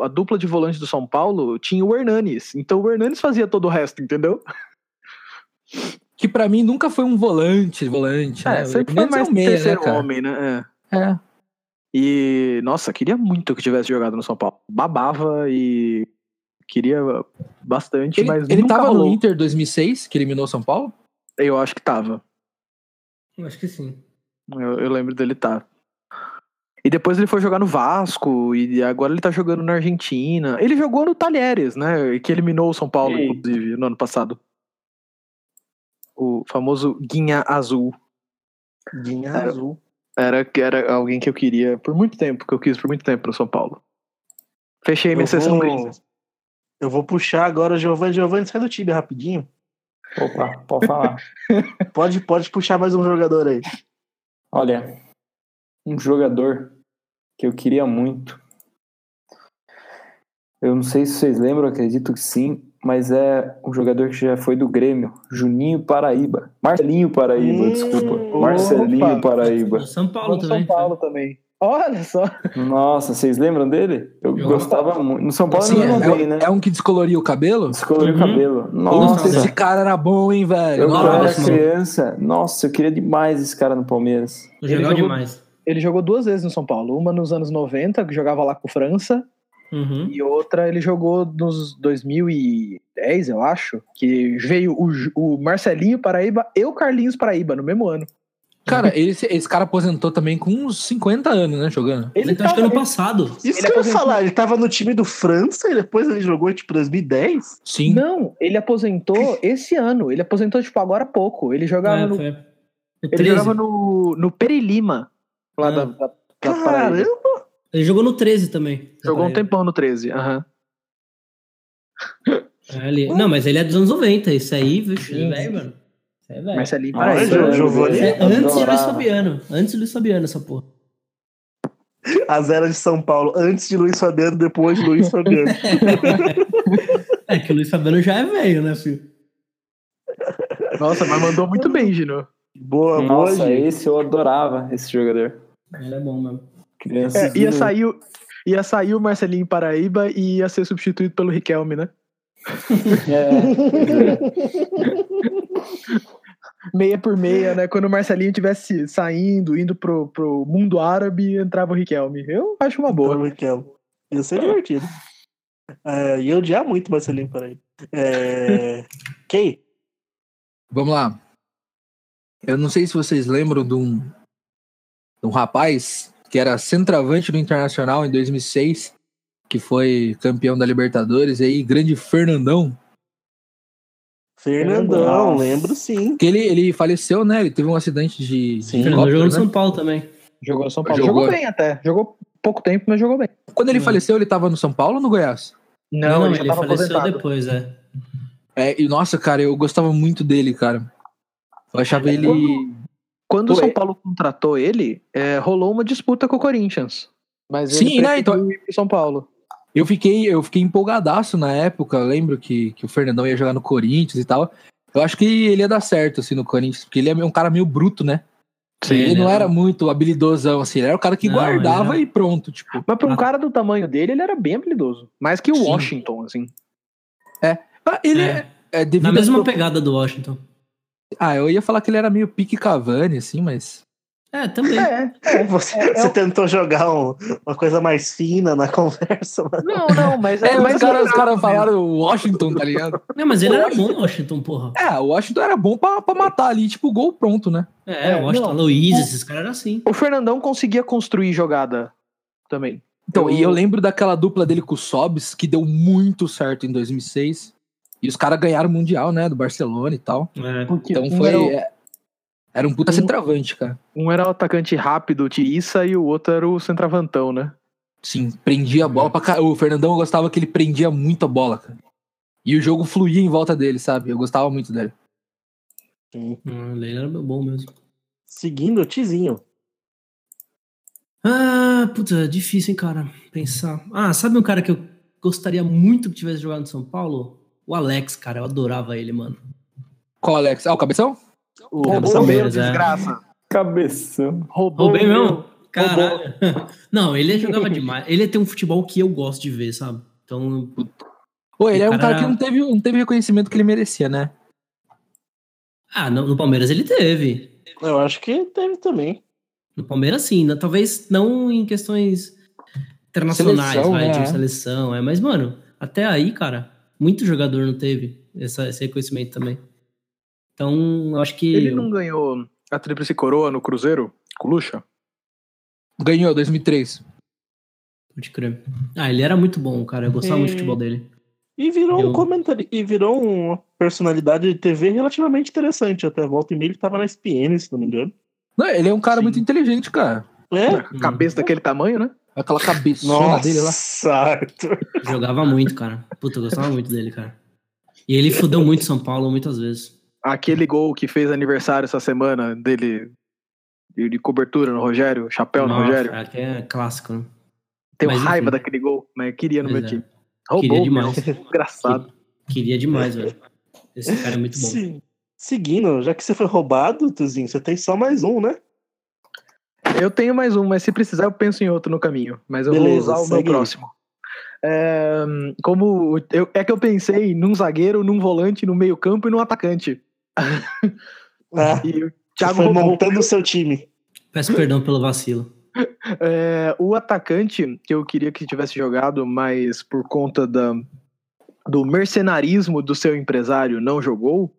S4: a dupla de volante do São Paulo tinha o Hernanes. Então o Hernanes fazia todo o resto, entendeu?
S2: Que pra mim nunca foi um volante, volante, né?
S4: É, sempre foi
S2: Menos é
S4: mais
S2: um meia,
S4: terceiro
S2: né, cara?
S4: homem, né? É.
S2: É.
S4: E, nossa, queria muito que tivesse jogado no São Paulo. Babava e queria bastante,
S2: Ele,
S4: mas
S2: ele
S4: nunca
S2: tava
S4: rolou.
S2: no Inter 2006, que eliminou São Paulo?
S4: Eu acho que tava.
S5: Eu Acho que sim.
S4: Eu, eu lembro dele tá. E depois ele foi jogar no Vasco, e agora ele tá jogando na Argentina. Ele jogou no Talheres, né? Que eliminou o São Paulo,
S3: Ei.
S4: inclusive, no ano passado. O famoso Guinha Azul.
S1: Guinha
S4: Cara,
S1: azul.
S4: Era, era alguém que eu queria por muito tempo, que eu quis por muito tempo no São Paulo. Fechei minha
S1: Eu
S4: sessão
S1: vou,
S4: gringa.
S1: eu vou puxar agora o Giovanni. Giovanni, sai do time rapidinho.
S3: Opa, pode falar.
S1: Pode, pode puxar mais um jogador aí.
S3: Olha, um jogador que eu queria muito. Eu não sei se vocês lembram, acredito que sim, mas é um jogador que já foi do Grêmio, Juninho Paraíba. Marcelinho Paraíba,
S1: Hum,
S3: desculpa. Marcelinho
S4: opa.
S5: Do
S3: Paraíba.
S5: São Paulo
S4: No
S5: também.
S4: São Paulo também. Olha só.
S3: Nossa, vocês lembram dele? Eu
S5: Eu
S3: gostava muito. No São Paulo
S5: Sim,
S3: ele
S2: é,
S3: não
S2: é um-
S3: bem, né?
S2: é um que descoloria o cabelo?
S3: Descoloriu o
S5: Uhum.
S3: cabelo.
S2: Nossa,
S3: Nossa,
S5: Nossa.
S2: esse cara era bom, hein, velho?
S3: eu quando
S5: Nossa,
S3: era
S5: mano.
S3: criança. Nossa, eu queria demais esse cara no Palmeiras.
S5: Foi
S4: Ele
S5: Legal
S4: jogou-
S5: demais.
S4: Ele jogou duas vezes no São Paulo. Uma nos anos 90, que jogava lá com França.
S5: Uhum.
S4: E outra ele jogou nos 2010, eu acho, que veio o, Ju- o Marcelinho Paraíba e o Carlinhos Paraíba no mesmo ano.
S2: Cara, esse, esse cara aposentou também com uns 50 anos, né, jogando.
S5: Ele, tá
S4: tava-
S5: acho que ano passado.
S1: Isso que
S4: Ele
S1: eu ia
S4: aposentou.
S1: falar, ele tava no time do França e depois ele jogou tipo 2010.
S2: Sim.
S4: Não, ele aposentou esse ano. Ele aposentou, tipo, agora há pouco. Ele jogava
S5: É,
S4: no,
S5: foi. O
S4: ele
S5: 13.
S4: jogava no, no Perilima, lá
S5: Ah.
S4: da, da, da Paraíba.
S1: Caramba!
S5: Ele jogou no 13 também.
S4: Jogou um tempão no 13, aham.
S5: É, ele- Não, mas ele é dos anos 90. Isso aí, vixe,
S4: Sim.
S5: é velho, mano. Isso aí é velho.
S4: Marcelinho
S1: Olha,
S3: Nossa,
S4: Paraíba.
S1: Gio-
S3: eu
S1: Giovanni.
S5: Isso
S3: lembro
S5: é
S3: dele,
S5: antes de Luiz
S3: adorava.
S5: Fabiano. Antes de Luiz Fabiano, essa porra.
S1: As eras de São Paulo, antes de Luiz Fabiano, depois de Luiz Fabiano.
S5: É que o Luiz Fabiano já é velho, né, filho?
S4: Nossa, mas mandou muito bem, Gino.
S1: Boa, boa,
S3: Nossa,
S1: gente.
S3: esse eu adorava, esse jogador.
S5: Ele é bom mesmo.
S3: Criança.
S4: É, ia, sair, o- ia sair o Marcelinho Paraíba e ia ser substituído pelo Riquelme, né?
S3: É,
S4: meia por meia, né? Quando o Marcelinho tivesse saindo, indo pro, pro mundo árabe, entrava o Riquelme. Eu acho uma boa.
S1: é Boa, Miquel. Ia ser divertido. É, e eu odiar muito Marcelinho Paraíba. É... Quem?
S2: Vamos lá. Eu não sei se vocês lembram de um, de um rapaz que era centroavante do Internacional em 2006, que foi campeão da Libertadores, e aí, grande Fernandão,
S1: Fernandão,
S3: Nossa.
S1: lembro sim.
S2: que ele, ele faleceu, né? Ele teve um acidente de, de
S1: Sim.
S5: Fernando
S2: helicóptero,
S5: jogou no
S2: né?
S5: São Paulo também.
S4: Jogou no São Paulo.
S2: Jogou.
S4: Jogou, bem até. Jogou pouco tempo, mas jogou bem.
S2: Quando ele
S5: Não.
S2: faleceu, ele tava no São Paulo ou no Goiás?
S5: Não,
S4: já
S5: ele,
S4: tava
S5: faleceu
S4: aposentado.
S5: depois, é.
S2: É, e nossa, cara, eu gostava muito dele, cara. Eu achava ele.
S4: Quando
S2: Pô,
S4: o São
S2: é-
S4: Paulo contratou ele, é, rolou uma disputa com o Corinthians. Mas ele
S2: Sim, né,
S4: preferiu ir pro São Paulo.
S2: Eu fiquei, eu fiquei empolgadaço na época. Eu lembro que, que o Fernandão ia jogar no Corinthians e tal. Eu acho que ele ia dar certo, assim, no Corinthians, porque ele é um cara meio bruto, né?
S5: Sim,
S2: ele
S5: ele
S2: não
S5: era-
S2: era muito habilidosão, assim, ele era o cara que
S5: Não,
S2: guardava
S5: ele
S2: e pronto, tipo.
S4: Mas pra um cara do tamanho dele, ele era bem habilidoso. Mais que o
S2: Sim.
S4: Washington, assim.
S2: Ah, Ele
S5: É.
S2: é, é
S5: Na
S2: devido
S5: mesma
S2: à pro-
S5: pegada do Washington.
S2: Ah, eu ia falar que ele era meio pique Cavani, assim, mas.
S5: É, também.
S4: É.
S1: Você,
S4: É,
S1: você
S4: eu-
S1: tentou jogar um- uma coisa mais fina na conversa, mas
S4: Não, não, mas
S2: É, mas
S4: mas
S2: os caras cara falaram Washington, tá ligado?
S5: Não, mas ele era bom no É, Washington, porra.
S2: É, o Washington era bom pra, pra matar ali, tipo, gol pronto, né?
S5: É,
S4: É,
S5: o Washington,
S4: não.
S5: Luiz, esses caras eram assim.
S4: O Fernandão conseguia construir jogada também.
S2: Então,
S4: Eu-
S2: e eu lembro daquela dupla dele com o Sobs, que deu muito certo em 2006. E os caras ganharam o Mundial, né? Do Barcelona e tal.
S5: É.
S4: Porque
S2: Então
S4: um
S2: foi.
S4: Era, o-
S2: é, era um puta
S4: um-
S2: centroavante, cara.
S4: um era o atacante rápido de Issa e o outro era o centravantão, né?
S2: Sim, prendia a bola pra caralho. O Fernandão eu gostava que ele prendia muito a bola, cara. E o jogo fluía em volta dele, sabe? Eu gostava muito dele.
S5: Hum, Ele era bom mesmo.
S1: seguindo o Tizinho.
S5: Ah, puta, difícil, hein, cara, pensar. Ah, sabe um cara que eu gostaria muito que tivesse jogado no São Paulo? O Alex, cara, eu adorava ele, mano.
S2: Qual, Alex? Ah, o cabeção?
S1: O
S4: Roubou
S5: Cabeção
S1: Cabeção
S5: mesmo.
S1: Verde.
S4: meu,
S5: Palmeiras, é.
S4: desgraça.
S3: Cabeção.
S4: Roubou
S5: Roubei
S4: meu.
S5: mesmo? Caralho. Não, ele jogava demais. Ele tem um futebol que eu gosto de ver, sabe? Então,
S2: Pô, ele
S5: O
S2: é um cara
S5: cara-
S2: que não teve, não teve reconhecimento que ele merecia, né?
S5: ah, no, no Palmeiras ele teve.
S1: Eu acho que teve também.
S5: No Palmeiras sim, né? talvez não em questões internacionais,
S2: Seleção,
S5: vai,
S2: né?
S5: de seleção, é, mas mano, até aí, cara, muito jogador não teve essa- esse reconhecimento também. Então, eu acho que
S4: Ele não ganhou a Tríplice Coroa no Cruzeiro? Com o Lucha?
S2: Ganhou 2003.
S5: Pode crer. Ah, ele era muito bom, cara. Eu gostava muito do
S1: Hum.
S5: futebol dele.
S1: E virou
S5: Eu-
S1: um comentário. E virou uma personalidade de TV relativamente interessante. Até volta e meia ele tava na SPN, se não me engano.
S2: Não, ele é um cara
S5: Sim.
S2: muito inteligente, cara.
S1: É?
S4: A Cabeça daquele tamanho, né?
S2: Aquela cabeçona dele lá.
S1: Nossa, Arthur.
S5: Jogava muito, cara. Puta, eu gostava muito dele, cara. E ele fudeu muito São Paulo muitas vezes.
S4: Aquele gol que fez aniversário essa semana dele de de cobertura no Rogério, chapéu no
S5: Nossa,
S4: Rogério.
S5: cara, que é clássico, né?
S4: Tenho
S5: mas
S4: raiva
S5: enfim.
S4: daquele gol, mas eu queria no
S5: Pois
S4: meu
S5: é.
S4: time.
S5: Queria
S4: Roubou, meu.
S5: demais.
S4: Engraçado.
S5: Queria demais, velho. Esse cara é muito bom.
S1: Se- Seguindo, já que você foi roubado, Tuzinho, você tem só mais um, né?
S4: Eu tenho mais um, mas se precisar eu penso em outro no caminho. Mas eu
S1: Beleza,
S4: vou usar o meu
S1: segue aí.
S4: próximo. É, como eu- é que eu pensei num zagueiro, num volante, num meio campo e num atacante.
S1: Ah,
S4: E o
S1: você
S4: Thiago
S1: foi
S4: roubou.
S1: montando o seu time.
S5: Peço perdão pelo vacilo.
S4: É, o atacante que eu queria que tivesse jogado, mas por conta da, do mercenarismo do seu empresário não jogou,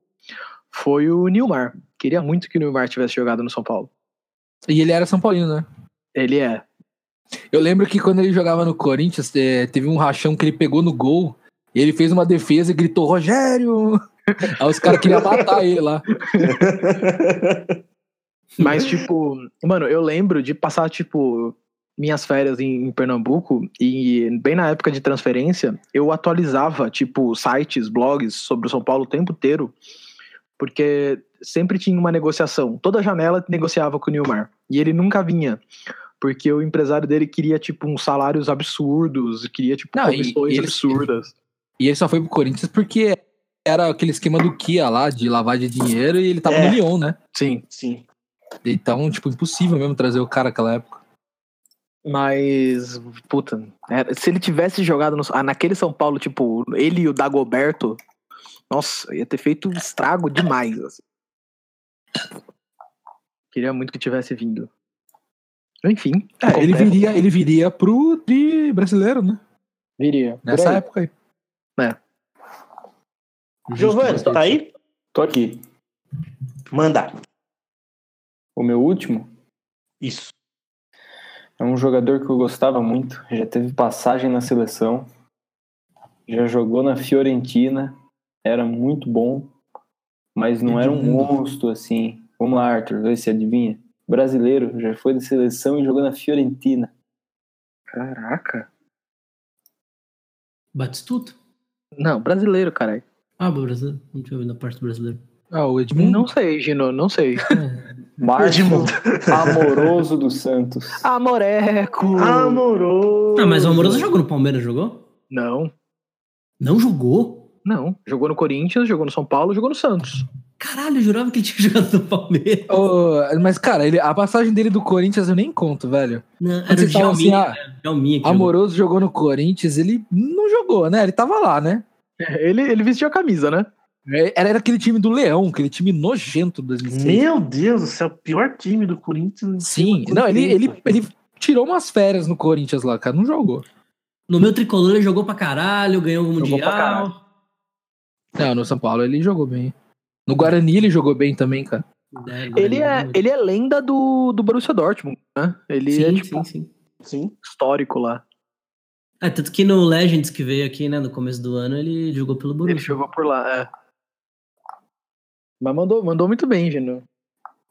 S4: foi o Nilmar. Queria muito que o Nilmar tivesse jogado no São Paulo.
S2: E ele era São Paulino, né?
S4: Ele é.
S2: Eu lembro que quando ele jogava no Corinthians, eh, teve um rachão que ele pegou no gol. E ele fez uma defesa e gritou, Rogério! Aí os caras queriam matar ele lá.
S4: Mas, tipo, mano, eu lembro de passar, tipo, minhas férias em, em Pernambuco e, bem na época de transferência, eu atualizava, tipo, sites, blogs sobre o São Paulo o tempo inteiro, porque sempre tinha uma negociação. Toda janela negociava com o Nilmar. E ele nunca vinha. Porque o empresário dele queria, tipo, uns salários absurdos, queria, tipo,
S2: Não, e-
S4: comissões
S2: e ele-
S4: absurdas.
S2: E ele só foi pro Corinthians porque era aquele esquema do Kia lá, de lavar de dinheiro, e ele tava
S1: É.
S2: no Lyon, né?
S4: Sim.
S1: Sim.
S2: Então, tipo, impossível mesmo trazer o cara naquela época.
S4: Mas, puta, era- se ele tivesse jogado no- ah, naquele São Paulo, tipo, ele e o Dagoberto, nossa, ia ter feito um estrago demais. assim. Queria muito que tivesse vindo. Enfim,
S2: É, ele
S4: acontece.
S2: viria, ele viria pro tri brasileiro, né?
S4: Viria.
S2: Nessa época aí.
S1: Giovanni, tá aí?
S3: Tô aqui.
S1: Manda.
S3: O meu último
S1: Isso.
S3: é um jogador que eu gostava muito. Já teve passagem na seleção. Já jogou na Fiorentina. Era muito bom. Mas não era um monstro assim. Vamos lá, Arthur, vê se adivinha. Brasileiro, já foi da seleção e jogou na Fiorentina.
S4: Caraca.
S5: Batistuta?
S4: Não, brasileiro, caralho.
S5: Ah, brasileiro. Não tinha ouvido a parte do brasileiro.
S2: Ah, o Edmundo.
S4: Não sei, Gino, não sei.
S3: Márcio Amoroso dos Santos.
S4: Amoreco.
S1: Amoroso.
S5: Ah, mas o Amoroso jogou no Palmeiras, jogou?
S4: Não,
S5: Não jogou?
S4: não. Jogou no Corinthians, jogou no São Paulo, jogou no Santos.
S5: Caralho, eu jurava que ele tinha jogado no Palmeiras.
S2: Ô, mas, cara, ele- a passagem dele do Corinthians eu nem conto, velho.
S5: Não,
S2: Quando
S5: era o
S2: vocês falam assim,
S5: Djalminha. né?
S2: ah,
S5: o Djalminha que jogou.
S2: Amoroso jogou no Corinthians, ele não jogou, né? Ele tava lá, né? É,
S4: Ele, ele vestiu a camisa, né?
S2: Era, era aquele time do Leão, aquele time nojento do
S5: é
S2: 2006.
S1: Meu Deus do céu, pior time do Corinthians.
S2: Sim,
S1: Tem
S2: não, ele,
S1: tempo.
S2: ele, ele tirou umas férias no Corinthians lá, cara, não jogou.
S5: No meu tricolor ele jogou pra caralho, ganhou o
S3: Jogou
S5: Mundial.
S3: pra caralho.
S2: Não, no São Paulo ele jogou bem. No Guarani ele jogou bem também, cara.
S5: É, agora
S4: Ele é,
S5: jogou muito.
S4: ele é lenda do, do Borussia Dortmund, né? Ele
S5: Sim,
S4: é, tipo,
S5: sim, sim.
S1: Sim.
S4: histórico lá.
S5: É, tanto que no Legends que veio aqui, né, no começo do ano, ele jogou pelo
S4: Ele
S5: Borussia.
S4: jogou por lá, é. Mas mandou, mandou muito bem, Gino.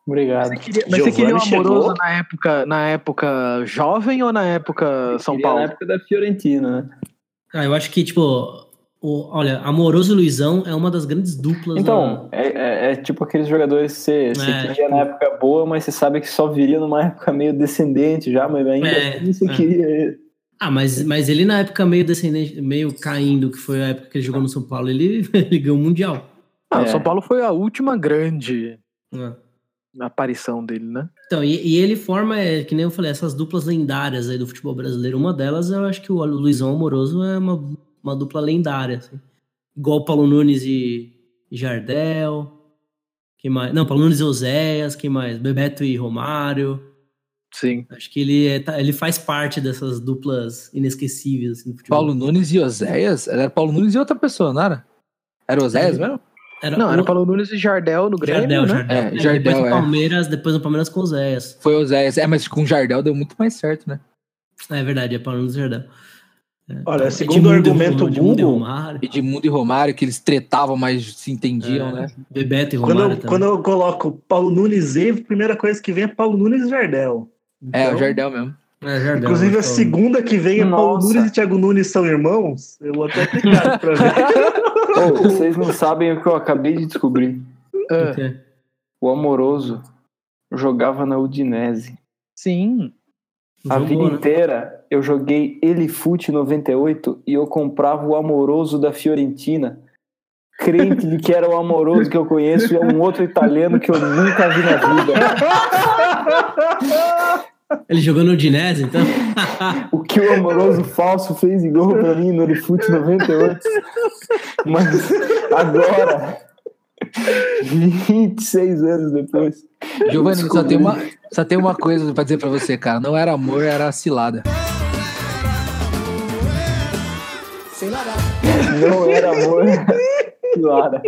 S3: Obrigado.
S4: Mas você queria um
S3: Giovani
S4: amoroso
S3: chegou.
S4: na época, na época jovem ou na época é São
S3: Queria
S4: Paulo?
S3: Na época da Fiorentina, né?
S5: Ah, eu acho que, tipo, o- olha, Amoroso e Luizão é uma das grandes duplas.
S3: Então, é, é- é tipo aqueles jogadores que você, você
S5: É,
S3: queria na época boa, mas você sabe que só viria numa época meio descendente já, mas ainda
S5: É,
S3: assim você
S5: é.
S3: queria ele.
S5: Ah, mas,
S4: é.
S5: mas ele na época meio descendente, meio caindo, que foi a época que ele jogou no São Paulo, ele, ele ganhou o Mundial.
S4: Ah, o
S3: É.
S4: São Paulo foi a última grande
S5: né?
S4: aparição dele, né?
S5: Então, e, e ele forma, é, que nem eu falei, essas duplas lendárias aí do futebol brasileiro. Uma delas, eu acho que o Luizão Amoroso é uma, uma dupla lendária. assim. Igual o Paulo Nunes e e Jardel. Quem mais? Não, Paulo Nunes e Oséias. Quem mais? Bebeto e Romário.
S4: Sim.
S5: Acho que ele, é- tá- ele faz parte dessas duplas inesquecíveis assim, do futebol.
S2: Paulo Nunes e Oséias? Era Paulo Nunes e outra pessoa, não era? Era Oséias
S5: É.
S2: mesmo?
S5: Era
S4: Não,
S5: o-
S4: era Paulo Nunes e Jardel no Grêmio,
S5: Jardel,
S4: né?
S5: Jardel.
S2: É,
S5: É, depois
S2: Jardel,
S5: no
S2: é.
S5: Palmeiras, depois no Palmeiras com Oséias.
S2: Foi Oséias. É, mas com o Jardel deu muito mais certo, né?
S5: É verdade, é Paulo Nunes e Jardel. É, então,
S1: Olha, segundo o
S5: Edmundo e
S1: argumento
S5: Romário, Edmundo e
S1: Google,
S5: Romário.
S2: Edmundo e Romário, que eles tretavam, mas se entendiam,
S5: É.
S2: né?
S5: Bebeto e
S1: quando
S5: Romário
S1: eu,
S5: também.
S1: quando eu coloco Paulo Nunes e, a primeira coisa que vem é Paulo Nunes e Jardel.
S2: É,
S1: Então,
S2: o Jardel mesmo.
S5: É, Jardel,
S1: Inclusive, a
S5: Gustavo.
S1: segunda que vem é Paulo
S3: Nossa.
S1: Nunes e Thiago Nunes são irmãos. Eu vou até clicar pra ver.
S3: Ô, vocês não sabem o que eu acabei de descobrir.
S4: Ah,
S5: Ok.
S3: O amoroso jogava na Udinese.
S4: sim.
S3: A
S5: Jogou,
S3: vida
S5: né?
S3: inteira eu joguei ele fute 98 e eu comprava o amoroso da Fiorentina. Crente de que era o amoroso que eu conheço e é um outro italiano que eu nunca vi na vida.
S5: Ele jogou no Udinese, então?
S3: O que o amoroso falso fez de gol pra mim no Orifute 98. Mas agora, 26 anos depois.
S2: Giovanni, só
S3: descobri.
S2: tem, uma, só tem uma coisa pra dizer pra você, cara. Não era amor, era cilada.
S3: Não era amor. Clara.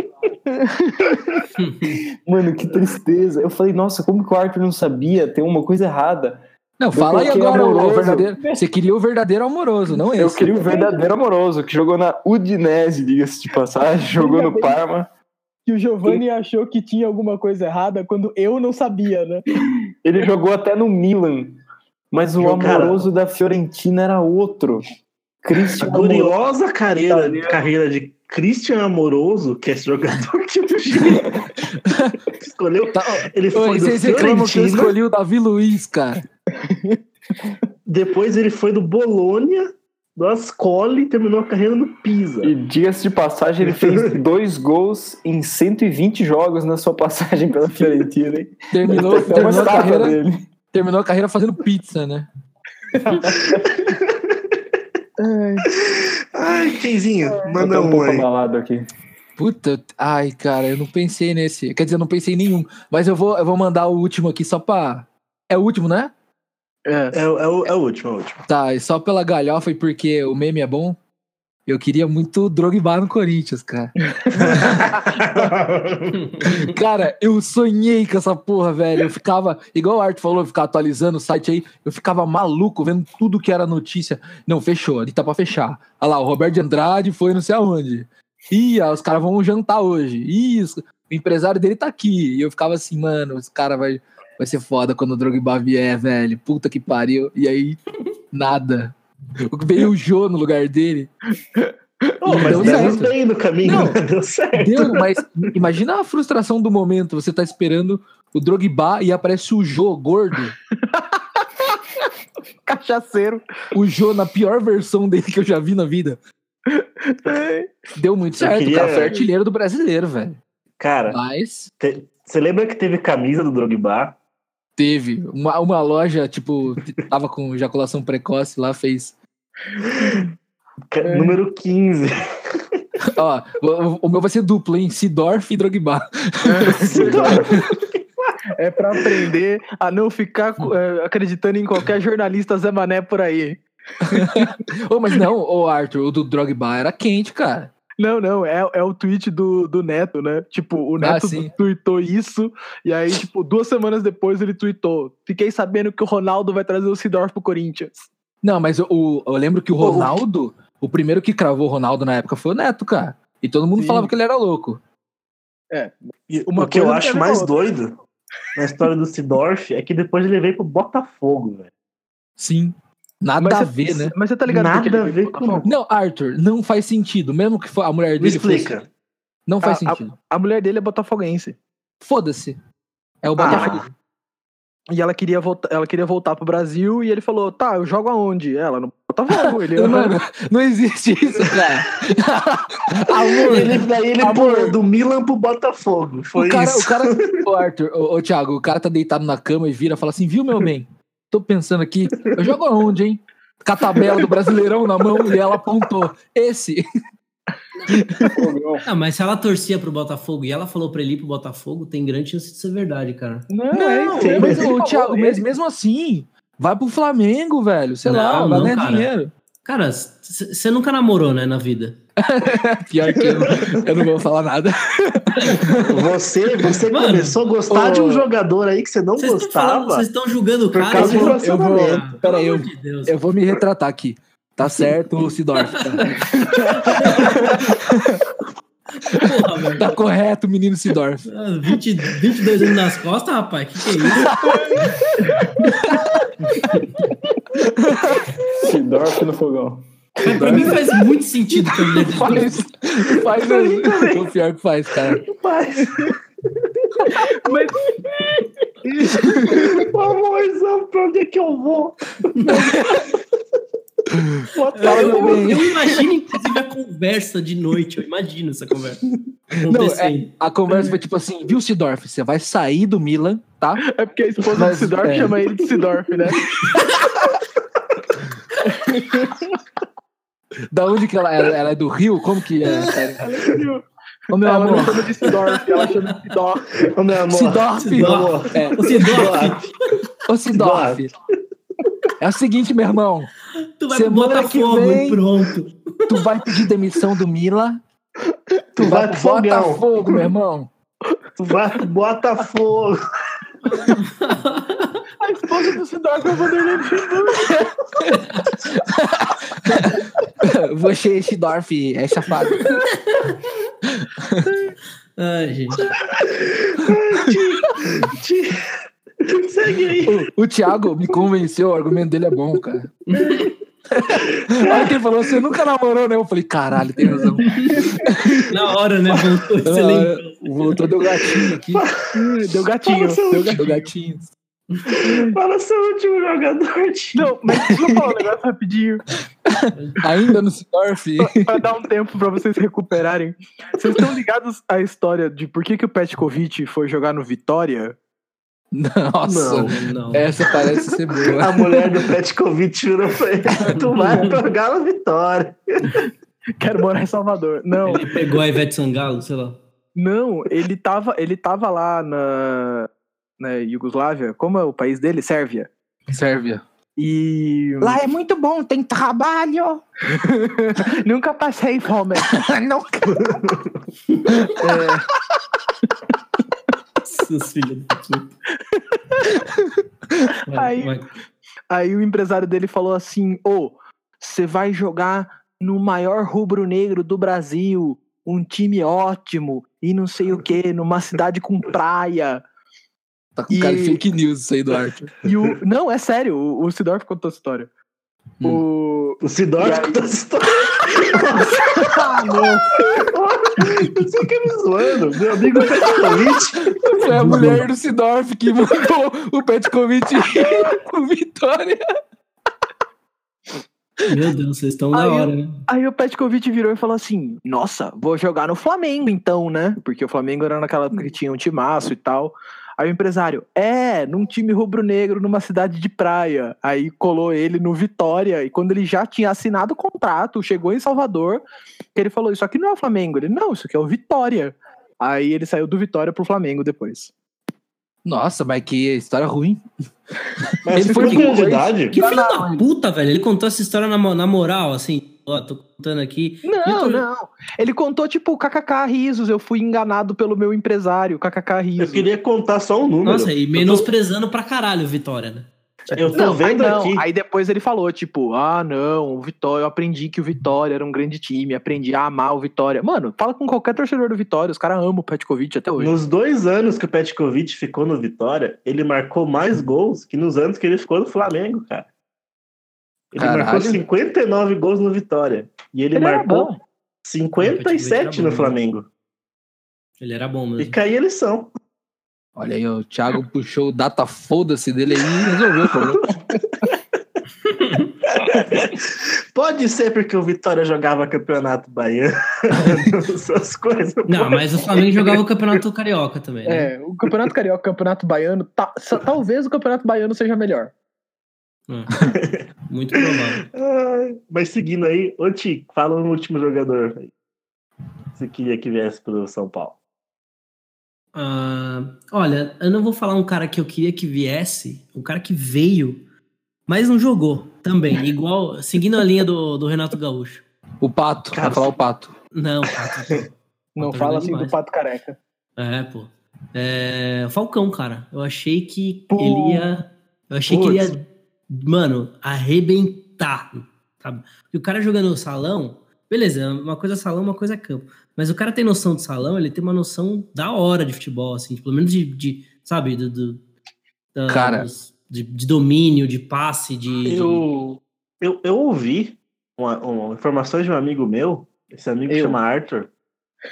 S3: Mano, que tristeza. Eu falei, nossa, como que o Arthur não sabia? Tem uma coisa errada.
S2: Não, fala aí
S3: coloquei
S2: agora o
S3: amoroso.
S2: verdadeiro. Você queria o verdadeiro amoroso, não esse.
S3: Eu queria o verdadeiro amoroso, que jogou na Udinese, diga-se de passagem, jogou no Parma.
S6: que o Giovanni achou que tinha alguma coisa errada quando eu não sabia, né?
S3: Ele jogou até no Milan. Mas o
S1: Jogaram.
S3: amoroso da Fiorentina era outro. Christian Amoroso.
S1: Gloriosa carreira,
S2: né?
S1: carreira de Christian Amoroso, que é esse jogador que o Gino escolheu.
S2: Tá,
S1: Ele
S2: Ô,
S1: foi
S2: e
S1: do
S2: vocês reclamam que eu
S1: Fiorentina,
S2: escolhi o Davi Luiz, cara.
S1: depois ele foi do Bolônia, do Ascoli e terminou a carreira no Pisa.
S3: E diga-se de passagem, ele fez dois gols em 120 jogos na sua passagem pela Fiorentina. hein? Tem
S2: Terminou,
S3: uma
S2: terminou, a
S3: estátua
S2: carreira,
S3: dele.
S2: terminou a carreira fazendo pizza, né?
S1: Ai, Keizinho,
S3: Eu
S1: manda
S3: tô um
S1: um
S3: pouco
S1: aí.
S3: abalado aqui.
S2: Puta, eu- ai, cara, eu não pensei nesse. Quer dizer, eu não pensei em nenhum. Mas eu vou, eu vou mandar o último aqui só pra. É o último, né?
S4: É.
S1: É, o- é o, é o último, é o último.
S2: Tá, e só pela galhofa e porque o meme é bom. Eu queria muito o Drogba no Corinthians, cara. Cara, eu sonhei com essa porra, velho. Eu ficava, igual o Arthur falou, eu ficava atualizando o site aí. Eu ficava maluco vendo tudo que era notícia. Não, fechou, ali tá pra fechar. Olha lá, o Roberto de Andrade foi não sei aonde. Ih, ah, os caras vão jantar hoje. Ih, os- o empresário dele tá aqui. E eu ficava assim, mano, esse cara vai, vai ser foda quando o Drogba vier, velho. Puta que pariu. E aí, nada. Veio o Jô no lugar dele.
S1: Oh,
S2: E
S1: mas
S2: deu
S1: demos
S2: certo.
S1: bem no caminho,
S2: Não.
S1: né? deu certo.
S2: Deu, mas imagina a frustração do momento. Você tá esperando o Drogba e aparece o Jô gordo.
S4: Cachaceiro.
S2: O Jô na pior versão dele que eu já vi na vida. Deu muito certo.
S1: queria- É.
S2: O cara foi artilheiro do brasileiro, velho.
S1: Cara,
S2: Mas
S1: você lembra que teve camisa do Drogba?
S2: teve. Uma, uma loja, tipo, tava com ejaculação precoce lá, fez
S1: Ca- Número 15.
S2: Ó, o, o meu vai ser duplo, hein? Sidorf e Drogba.
S4: É pra aprender a não ficar
S5: Hum.
S4: co- é, acreditando em qualquer jornalista Zé Mané por aí.
S2: Ô, mas não, ô Arthur, o do Drogba era quente, cara.
S4: Não, não, é, é o tweet do, do Neto, né? Tipo, o
S2: Ah,
S4: Neto
S2: sim.
S4: tweetou isso, e aí, tipo, duas semanas depois ele tweetou. Fiquei sabendo que o Ronaldo vai trazer o Sidorf pro Corinthians.
S2: Não, mas o, eu lembro que o
S1: Pô, o-
S2: Ronaldo, o primeiro que cravou o Ronaldo na época foi o Neto, cara. E todo mundo
S4: Sim.
S2: falava que ele era louco.
S1: E
S4: Uma
S1: o que eu
S4: coisa tem a
S1: acho
S4: ver
S1: mais
S4: com a
S1: doido na história do Sidorf é que depois ele veio pro Botafogo, velho.
S2: Sim. Nada
S4: Mas
S1: é
S2: a
S4: cê-
S2: ver, né?
S4: Mas você tá ligado por que
S1: Nada
S4: ele
S1: a
S4: veio
S1: ver
S4: pro
S1: com.
S4: Botafogo?
S2: Não, Arthur, não faz sentido. Mesmo que fo- a mulher
S1: Me
S2: dele fosse-
S1: explica. Ah,
S2: Não faz
S4: A-
S2: sentido.
S4: A mulher dele é botafoguense.
S2: Foda-se. É o Botafogo.
S1: Ah,
S4: E ela queria, voltar, ela queria voltar pro Brasil e ele falou: tá, eu jogo aonde? Ela no Botafogo. Ele "Ah,
S2: Mano, não existe isso, cara. Amor,
S1: ele, daí ele
S2: Amor.
S1: pulou do Milan pro Botafogo. Foi
S2: o cara,
S1: isso.
S2: o cara, ô Arthur, ô, ô, Thiago, o cara tá deitado na cama e vira e fala assim, viu, meu bem? Tô pensando aqui, eu jogo aonde, hein? Com a tabela do Brasileirão na mão e ela apontou. Esse.
S5: Ah, mas se ela torcia pro Botafogo e ela falou pra ele ir pro Botafogo, tem grande chance de ser verdade, cara.
S6: Não,
S4: é
S2: é
S1: Não,
S6: isso,
S2: Mas,
S6: ele
S2: ô,
S6: falou,
S2: Thiago,
S6: ele-
S2: mas mesmo assim, vai pro Flamengo, velho. Sei lá,
S5: Não,
S2: vai
S5: não,
S2: ganhar
S5: cara.
S2: dinheiro.
S5: Cara, você nunca namorou, né, na vida?
S2: Pior que eu, eu não vou falar nada.
S1: Você, você
S5: Mano,
S1: começou a gostar
S2: ô.
S1: de um jogador aí que você não
S5: Vocês estão falando-
S1: gostava.
S5: vocês estão julgando o
S1: Por
S5: cara.
S1: causa
S5: e
S1: de
S5: vocês-
S2: Eu vou,
S1: relacionamento.
S5: Ah,
S2: pera aí,
S5: pelo
S2: eu,
S5: amor de Deus.
S2: eu vou me retratar aqui. Tá certo o Sidorf. Tá,
S5: Porra, velho.
S2: tá correto, menino Sidorf.
S5: Ah, 20, 22 anos nas costas, rapaz, que que é isso?
S3: Se dorme no fogão.
S5: Mas pra mim faz muito sentido que eu me lembre disso.
S2: Faz, faz mesmo. o pior que faz, cara.
S1: Mas... Ô, amorzão, pra onde é que eu vou?
S2: Fala, meu bem.
S5: Eu imagino, inclusive, a conversa de noite. Eu imagino essa conversa
S1: é-
S5: acontecendo.
S2: A conversa foi tipo assim, viu, Sidorf, você vai sair do Milan, tá?
S4: É porque a esposa
S2: Mas,
S4: do Sidorf
S2: é.
S4: chama ele de Sidorf, né?
S2: Da onde que ela é? Ela é do Rio? Como que é? Sério? Ô, meu
S4: ela não
S2: amor,
S4: chama de Sidorf, ela chama de Sidorf.
S1: Ô, meu amor.
S2: Sidorf,
S1: meu
S5: Sidorf.
S1: amor.
S2: é,
S5: Você dorme,
S2: ô Sidorf. É o seguinte, meu irmão,
S5: tu vai
S2: Semana
S5: pro
S2: que
S5: Botafogo
S2: vem.
S5: e pronto.
S2: tu vai pedir demissão do Milan,
S1: Tu vai pro fogão.
S2: Botafogo, meu irmão.
S1: Tu vai pro Botafogo.
S4: A esposa do Sidorf é o Vanderlei Luxemburgo.
S2: Você, Sidorf, é safado.
S5: Ai, gente.
S1: Ti- Segue aí.
S2: O, o Thiago me convenceu, o argumento dele é bom, cara. Olha quem falou, você nunca namorou, né? Eu falei, caralho, tem razão.
S5: Na hora, né? Voltou, você lembra.
S2: Voltou, deu gatinho aqui.
S1: Fala
S4: Deu gatinho.
S1: seu,
S2: Deu gatinho. Deu gatinho.
S1: fala seu último jogador, Ti.
S4: Não, mas deixa eu falar um negócio rapidinho,
S2: Ainda no Sidorf.
S4: pra dar um tempo pra vocês se recuperarem. Vocês estão ligados à história de por que, que o Petkovic foi jogar no Vitória?
S2: Nossa,
S1: Não.
S5: Não.
S2: essa parece ser boa.
S1: A mulher do Petkovic virou pra ele. Tu vai pro Galo Vitória.
S4: Quero morar em Salvador. Não,
S5: Ele pegou a Ivete Sangalo, sei lá.
S4: não, ele tava, ele tava lá na, na Iugoslávia, como é o país dele? Sérvia.
S2: Sérvia.
S4: E
S2: Lá é muito bom, tem trabalho.
S4: nunca passei fome.
S5: Seus filhos da puta. Vai,
S4: Aí-
S5: vai.
S4: Aí o empresário dele falou assim: Ô, você vai jogar no maior rubro-negro do Brasil, um time ótimo, e não sei o quê, numa cidade com praia.
S2: Tá com cara de
S4: E-
S2: fake news isso aí do Arthur.
S4: E o. Não, é sério, o, o Sidorf contou a história. O...
S1: O Sidor conta essa história.
S4: Ah, não.
S1: Você fica me zoando. Meu amigo Petkovic.
S2: Foi a mulher do Sidorf que mandou o Petkovic com vitória.
S5: Meu Deus, vocês estão na
S4: Aí eu-
S5: hora, né?
S4: Aí o Petkovic virou e falou assim: Nossa, vou jogar no Flamengo então, né? Porque o Flamengo era naquela época que tinha um timaço e tal. Aí o empresário, é, num time rubro-negro, numa cidade de praia. Aí colou ele no Vitória. E quando ele já tinha assinado o contrato, chegou em Salvador, que ele falou: Isso aqui não é o Flamengo. Ele, não, isso aqui é o Vitória. Aí ele saiu do Vitória pro Flamengo depois.
S2: Nossa, mas que história ruim.
S1: Mas
S2: Ele
S1: ele
S2: foi
S1: foi
S2: de
S1: de idade.
S4: Tá
S5: Que filho da puta, velho. Ele contou essa história na, mo- na moral, assim. Ó, tô contando aqui.
S4: Não, Então,
S5: Vitor-
S4: não. Ele contou, tipo, kkk risos. Eu fui enganado pelo meu empresário, kkk
S1: Eu
S4: risos.
S1: queria contar só um número.
S5: Nossa, e
S1: Eu tô-
S5: menosprezando pra caralho, Vitória, né?
S1: Eu tô
S4: Não,
S1: vendo
S4: aí, não. ah,
S1: aqui.
S4: aí depois ele falou, tipo, ah, não, o Vitória, eu aprendi que o Vitória era um grande time, aprendi a amar o Vitória. Mano, fala com qualquer torcedor do Vitória, os caras amam o Petkovic até hoje.
S1: Nos dois anos que o Petkovic ficou no Vitória, ele marcou mais gols que nos anos que ele ficou no Flamengo, cara. Ele
S2: Caralho.
S1: marcou 59 gols no Vitória. E ele,
S4: era
S1: marcou
S4: bom.
S1: 57
S5: Não, o Petkovic era
S1: no
S5: bom.
S1: Flamengo.
S5: Ele era bom
S1: E
S5: mesmo.
S1: caí eles são.
S2: Olha aí, ó, o Thiago puxou o data foda-se dele aí e resolveu o problema.
S1: Pode ser porque o Vitória jogava campeonato baiano, essas coisas.
S5: Não, mas o Flamengo jogava o Campeonato Carioca também, né?
S6: É, o Campeonato Carioca, o Campeonato Baiano, ta- sa- talvez o Campeonato Baiano seja melhor.
S5: É. Muito provável.
S1: Ai, Mas seguindo aí, ô Ti, fala o último jogador aí. Você queria que viesse pro São Paulo.
S5: Ah, olha, eu não vou falar um cara que eu queria que viesse, um cara que veio, mas não jogou também. Igual, seguindo a linha do, do Renato Gaúcho.
S2: O Pato,
S1: Cara,
S2: vai falar o Pato.
S5: Não, Pato.
S6: Não
S5: Pato
S6: fala
S5: jogou
S6: assim
S5: demais.
S6: do Pato Careca.
S5: É, pô. É, Falcão, cara. Eu achei que
S6: Pô.
S5: ele ia. Eu achei que ele ia, mano, arrebentar. Sabe? E o cara jogando no salão, beleza, uma coisa é salão, uma coisa é campo. Mas o cara tem noção de salão, ele tem uma noção da hora de futebol, assim, pelo menos de. de sabe, do. do- da-
S2: Cara.
S5: dos- de, de domínio, de passe, de. de-
S1: Eu, eu, eu ouvi uma, uma- informações de um amigo meu, esse amigo
S6: Eu.
S1: chama Arthur,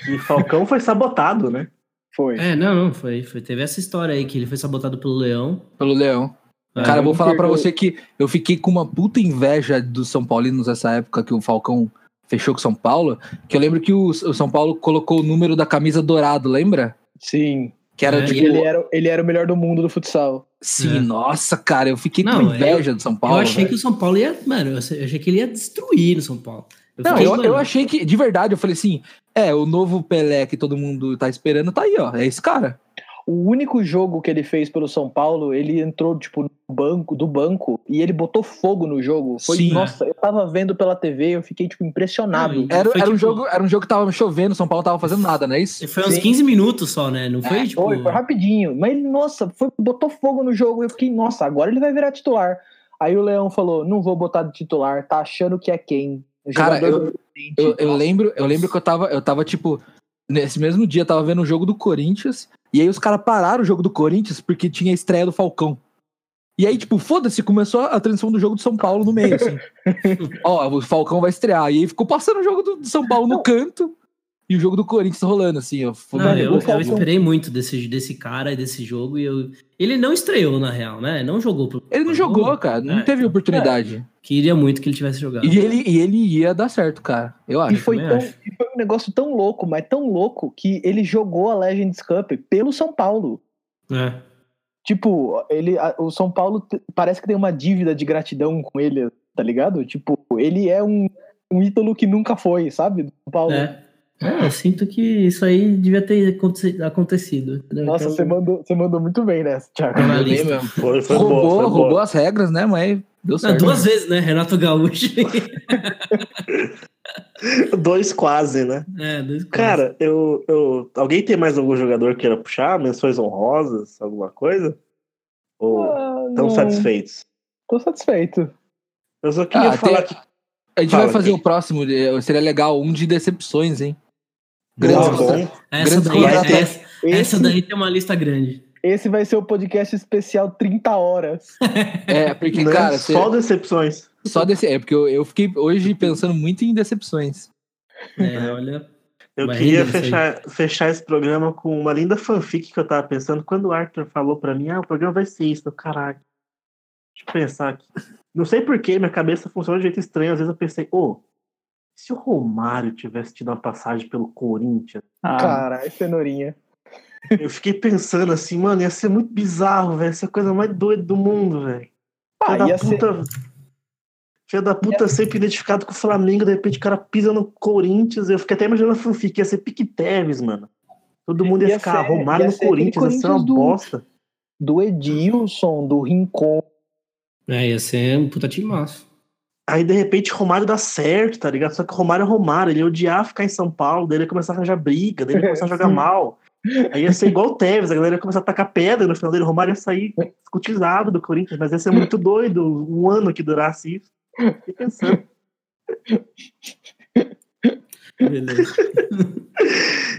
S1: que Falcão foi sabotado, né?
S6: Foi.
S5: É, não, não, foi, foi. Teve essa história aí que ele foi sabotado pelo Leão.
S2: Pelo Leão.
S5: É,
S2: Cara, eu vou
S6: não
S2: falar pra
S6: perdeu.
S2: você que eu fiquei com uma puta inveja dos São Paulinos nessa época que o Falcão fechou com o São Paulo. Que eu lembro que o, o São Paulo colocou o número da camisa dourado, lembra?
S6: Sim.
S2: Que era
S5: É,
S2: tipo.
S6: E ele era, ele era o melhor do mundo do futsal.
S2: Sim,
S5: É.
S2: nossa, cara, eu fiquei
S5: Não,
S2: com uma inveja do São Paulo.
S5: eu achei
S2: velho.
S5: que o São Paulo ia. Mano, eu achei que ele ia destruir no São Paulo.
S2: Não,
S5: fiquei,
S2: eu,
S5: mano,
S2: eu achei que, de verdade, eu falei assim: é, o novo Pelé que todo mundo tá esperando tá aí, ó. É esse cara.
S6: O único jogo que ele fez pelo São Paulo, ele entrou, tipo, no banco, do banco, e ele botou fogo no jogo. Foi,
S2: Sim.
S6: nossa, eu tava vendo pela TV, eu fiquei, tipo, impressionado.
S5: Não, e-
S2: Era,
S5: Foi
S2: era, um
S5: tipo-
S2: jogo, era um jogo que tava chovendo, o São Paulo tava fazendo nada, não é isso?
S5: E Foi uns
S6: Sim.
S5: 15 minutos só, né? Não foi,
S6: É,
S5: tipo...
S6: foi, foi rapidinho. Mas, nossa, foi, botou fogo no jogo. Eu fiquei, nossa, agora ele vai virar titular. Aí o Leão falou: não vou botar de titular, tá achando que é quem? um O
S5: Ah,
S2: Cara,
S6: jogador do
S2: Eu, eu
S6: Corinthians.
S2: lembro, eu lembro que eu tava, eu tava, tipo, nesse mesmo dia, eu tava vendo o jogo do Corinthians, e aí os caras pararam o jogo do Corinthians porque tinha a estreia do Falcão. E aí, tipo, foda-se, começou a transmissão do jogo do São Paulo no meio, assim. Ó, o Falcão vai estrear. E aí ficou passando o jogo do, do São Paulo no canto e o jogo do Corinthians rolando, assim, ó. Foi
S5: Não,
S2: mano,
S5: eu,
S2: o
S5: eu
S2: Falcão-
S5: esperei muito desse, desse cara e desse jogo e eu... Ele não estreou, na real, né? Não jogou. Pro...
S2: Ele não jogou, cara, não
S5: É,
S2: teve oportunidade.
S5: Queria muito que ele tivesse jogado.
S2: E ele, e ele ia dar certo, cara, eu
S6: E
S2: acho.
S6: foi,
S5: também
S6: tão,
S5: acho.
S6: e foi um negócio tão louco, mas tão louco, que ele jogou a Legends Cup pelo São Paulo.
S5: É.
S6: Tipo, ele, a- o São Paulo t- parece que tem uma dívida de gratidão com ele, tá ligado? Tipo, ele é um, um ídolo que nunca foi, sabe? Do São Paulo.
S5: É. É, eu sinto que isso aí devia ter aconte- acontecido. entendeu?
S6: Nossa,
S5: Então,
S6: você mandou, você mandou muito bem nessa, Thiago.
S5: tá na
S2: Foi
S5: lista.
S2: mesmo.
S1: Foi, foi
S2: roubou,
S1: boa, foi boa.
S2: roubou as regras, né, mas deu
S5: Não,
S2: certo.
S5: duas vezes, né? Renato Gaúcho.
S1: Dois quase, né?
S5: é, dois
S1: Cara, eu, eu. Alguém tem mais algum jogador queira puxar? Menções honrosas? Alguma coisa? Ou
S6: Ah,
S1: estão
S5: Então,
S6: não,
S1: satisfeitos?
S6: Tô satisfeito.
S1: Eu só queria
S2: Ah,
S1: falar
S2: tem-
S1: que.
S2: A gente
S1: Fala,
S2: vai fazer
S1: Gui.
S2: o próximo, de- seria legal, um de decepções, hein?
S1: Boa,
S2: Grandes
S1: bom.
S5: essa
S2: grandes
S5: daí,
S2: contratações.
S5: essa, essa
S6: Esse,
S5: daí tem uma lista grande.
S6: esse vai ser o podcast especial 30 horas.
S2: É, porque,
S1: né?
S2: cara,
S1: Só
S2: você,
S1: decepções.
S2: Só desse. É, porque eu, eu fiquei hoje pensando muito em decepções.
S5: É, olha.
S1: Eu
S5: Vai
S1: queria
S5: render isso aí.
S1: fechar, fechar esse programa com uma linda fanfic que eu tava pensando quando o Arthur falou pra mim: ah, o programa vai ser isso. Eu, Caralho. Deixa eu pensar aqui. Não sei porquê, minha cabeça funciona de jeito estranho. Às vezes eu pensei: ô, se o Romário tivesse tido uma passagem pelo Corinthians?
S4: Tá.
S3: Ah,
S6: Caralho, cenourinha.
S1: Eu fiquei pensando assim, mano, ia ser muito bizarro, velho. Ia ser a coisa mais doida do mundo, velho.
S6: Ah,
S1: Filho
S6: ia
S1: da
S6: ser,
S1: puta. Filho da puta sempre identificado com o Flamengo, de repente o cara pisa no Corinthians. Eu fiquei até imaginando a fanfic, ia ser Pique Teves, mano. Todo mundo ia,
S6: Ia
S1: ficar
S6: ser-
S1: Romário
S6: ia
S1: no
S6: ser aquele
S1: Corinthians, ia ser uma
S6: Corinthians do-
S1: bosta.
S6: do Edilson, do Rincon.
S5: É, ia ser um puta timaço.
S1: Aí de repente Romário dá certo, tá ligado? Só que Romário é Romário, ele ia odiar ficar em São Paulo, daí ele ia começar a arranjar briga, daí ele ia começar a jogar mal. Aí ia ser igual o Tevez, a galera ia começar a tacar pedra no final dele, Romário ia sair escutizado do Corinthians, mas ia ser muito doido um ano que durasse isso. Fiquei pensando.
S5: Beleza.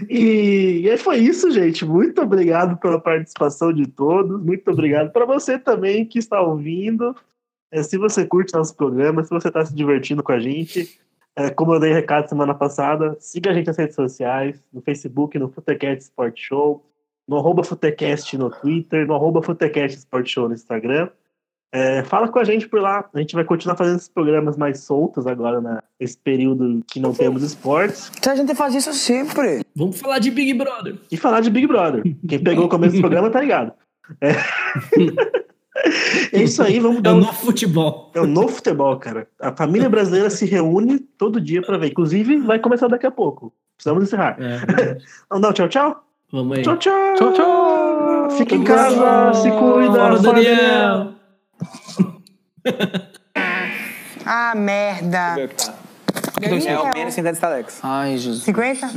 S1: E, e aí foi isso, gente. Muito obrigado pela participação de todos. Muito obrigado para você também que está ouvindo. É, se você curte nosso programa, se você está se divertindo com a gente, é, como eu dei recado semana passada, siga a gente nas redes sociais, no Facebook, no Futecast Sport Show, no arroba Futecast no Twitter, no arroba Futecast Sport Show no Instagram. É, fala com a gente por lá. A gente vai continuar fazendo esses programas mais soltos agora na- nesse período que não temos esportes.
S7: A gente faz isso sempre.
S5: Vamos falar de Big Brother.
S1: E falar de Big Brother. Quem pegou o começo do programa tá ligado. É, é isso aí, vamos
S5: É
S1: dar
S5: o
S1: um...
S5: novo futebol.
S1: É o novo futebol, cara. A família brasileira se reúne todo dia pra ver. Inclusive, vai começar daqui a pouco. Precisamos encerrar.
S5: É,
S1: Vamos dar um tchau, tchau?
S5: vamos aí.
S1: Tchau, tchau!
S4: Tchau, tchau!
S1: Fica em casa, se cuida.
S5: Fora,
S1: fora
S5: Daniel.
S7: Ah, merda.
S8: É
S7: Daniel,
S8: o menos sem idade Alex.
S7: Ai, Jesus. 50?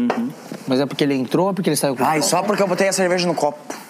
S8: Mas é porque ele entrou ou porque ele saiu com
S7: Ai, só porque eu botei a cerveja no copo.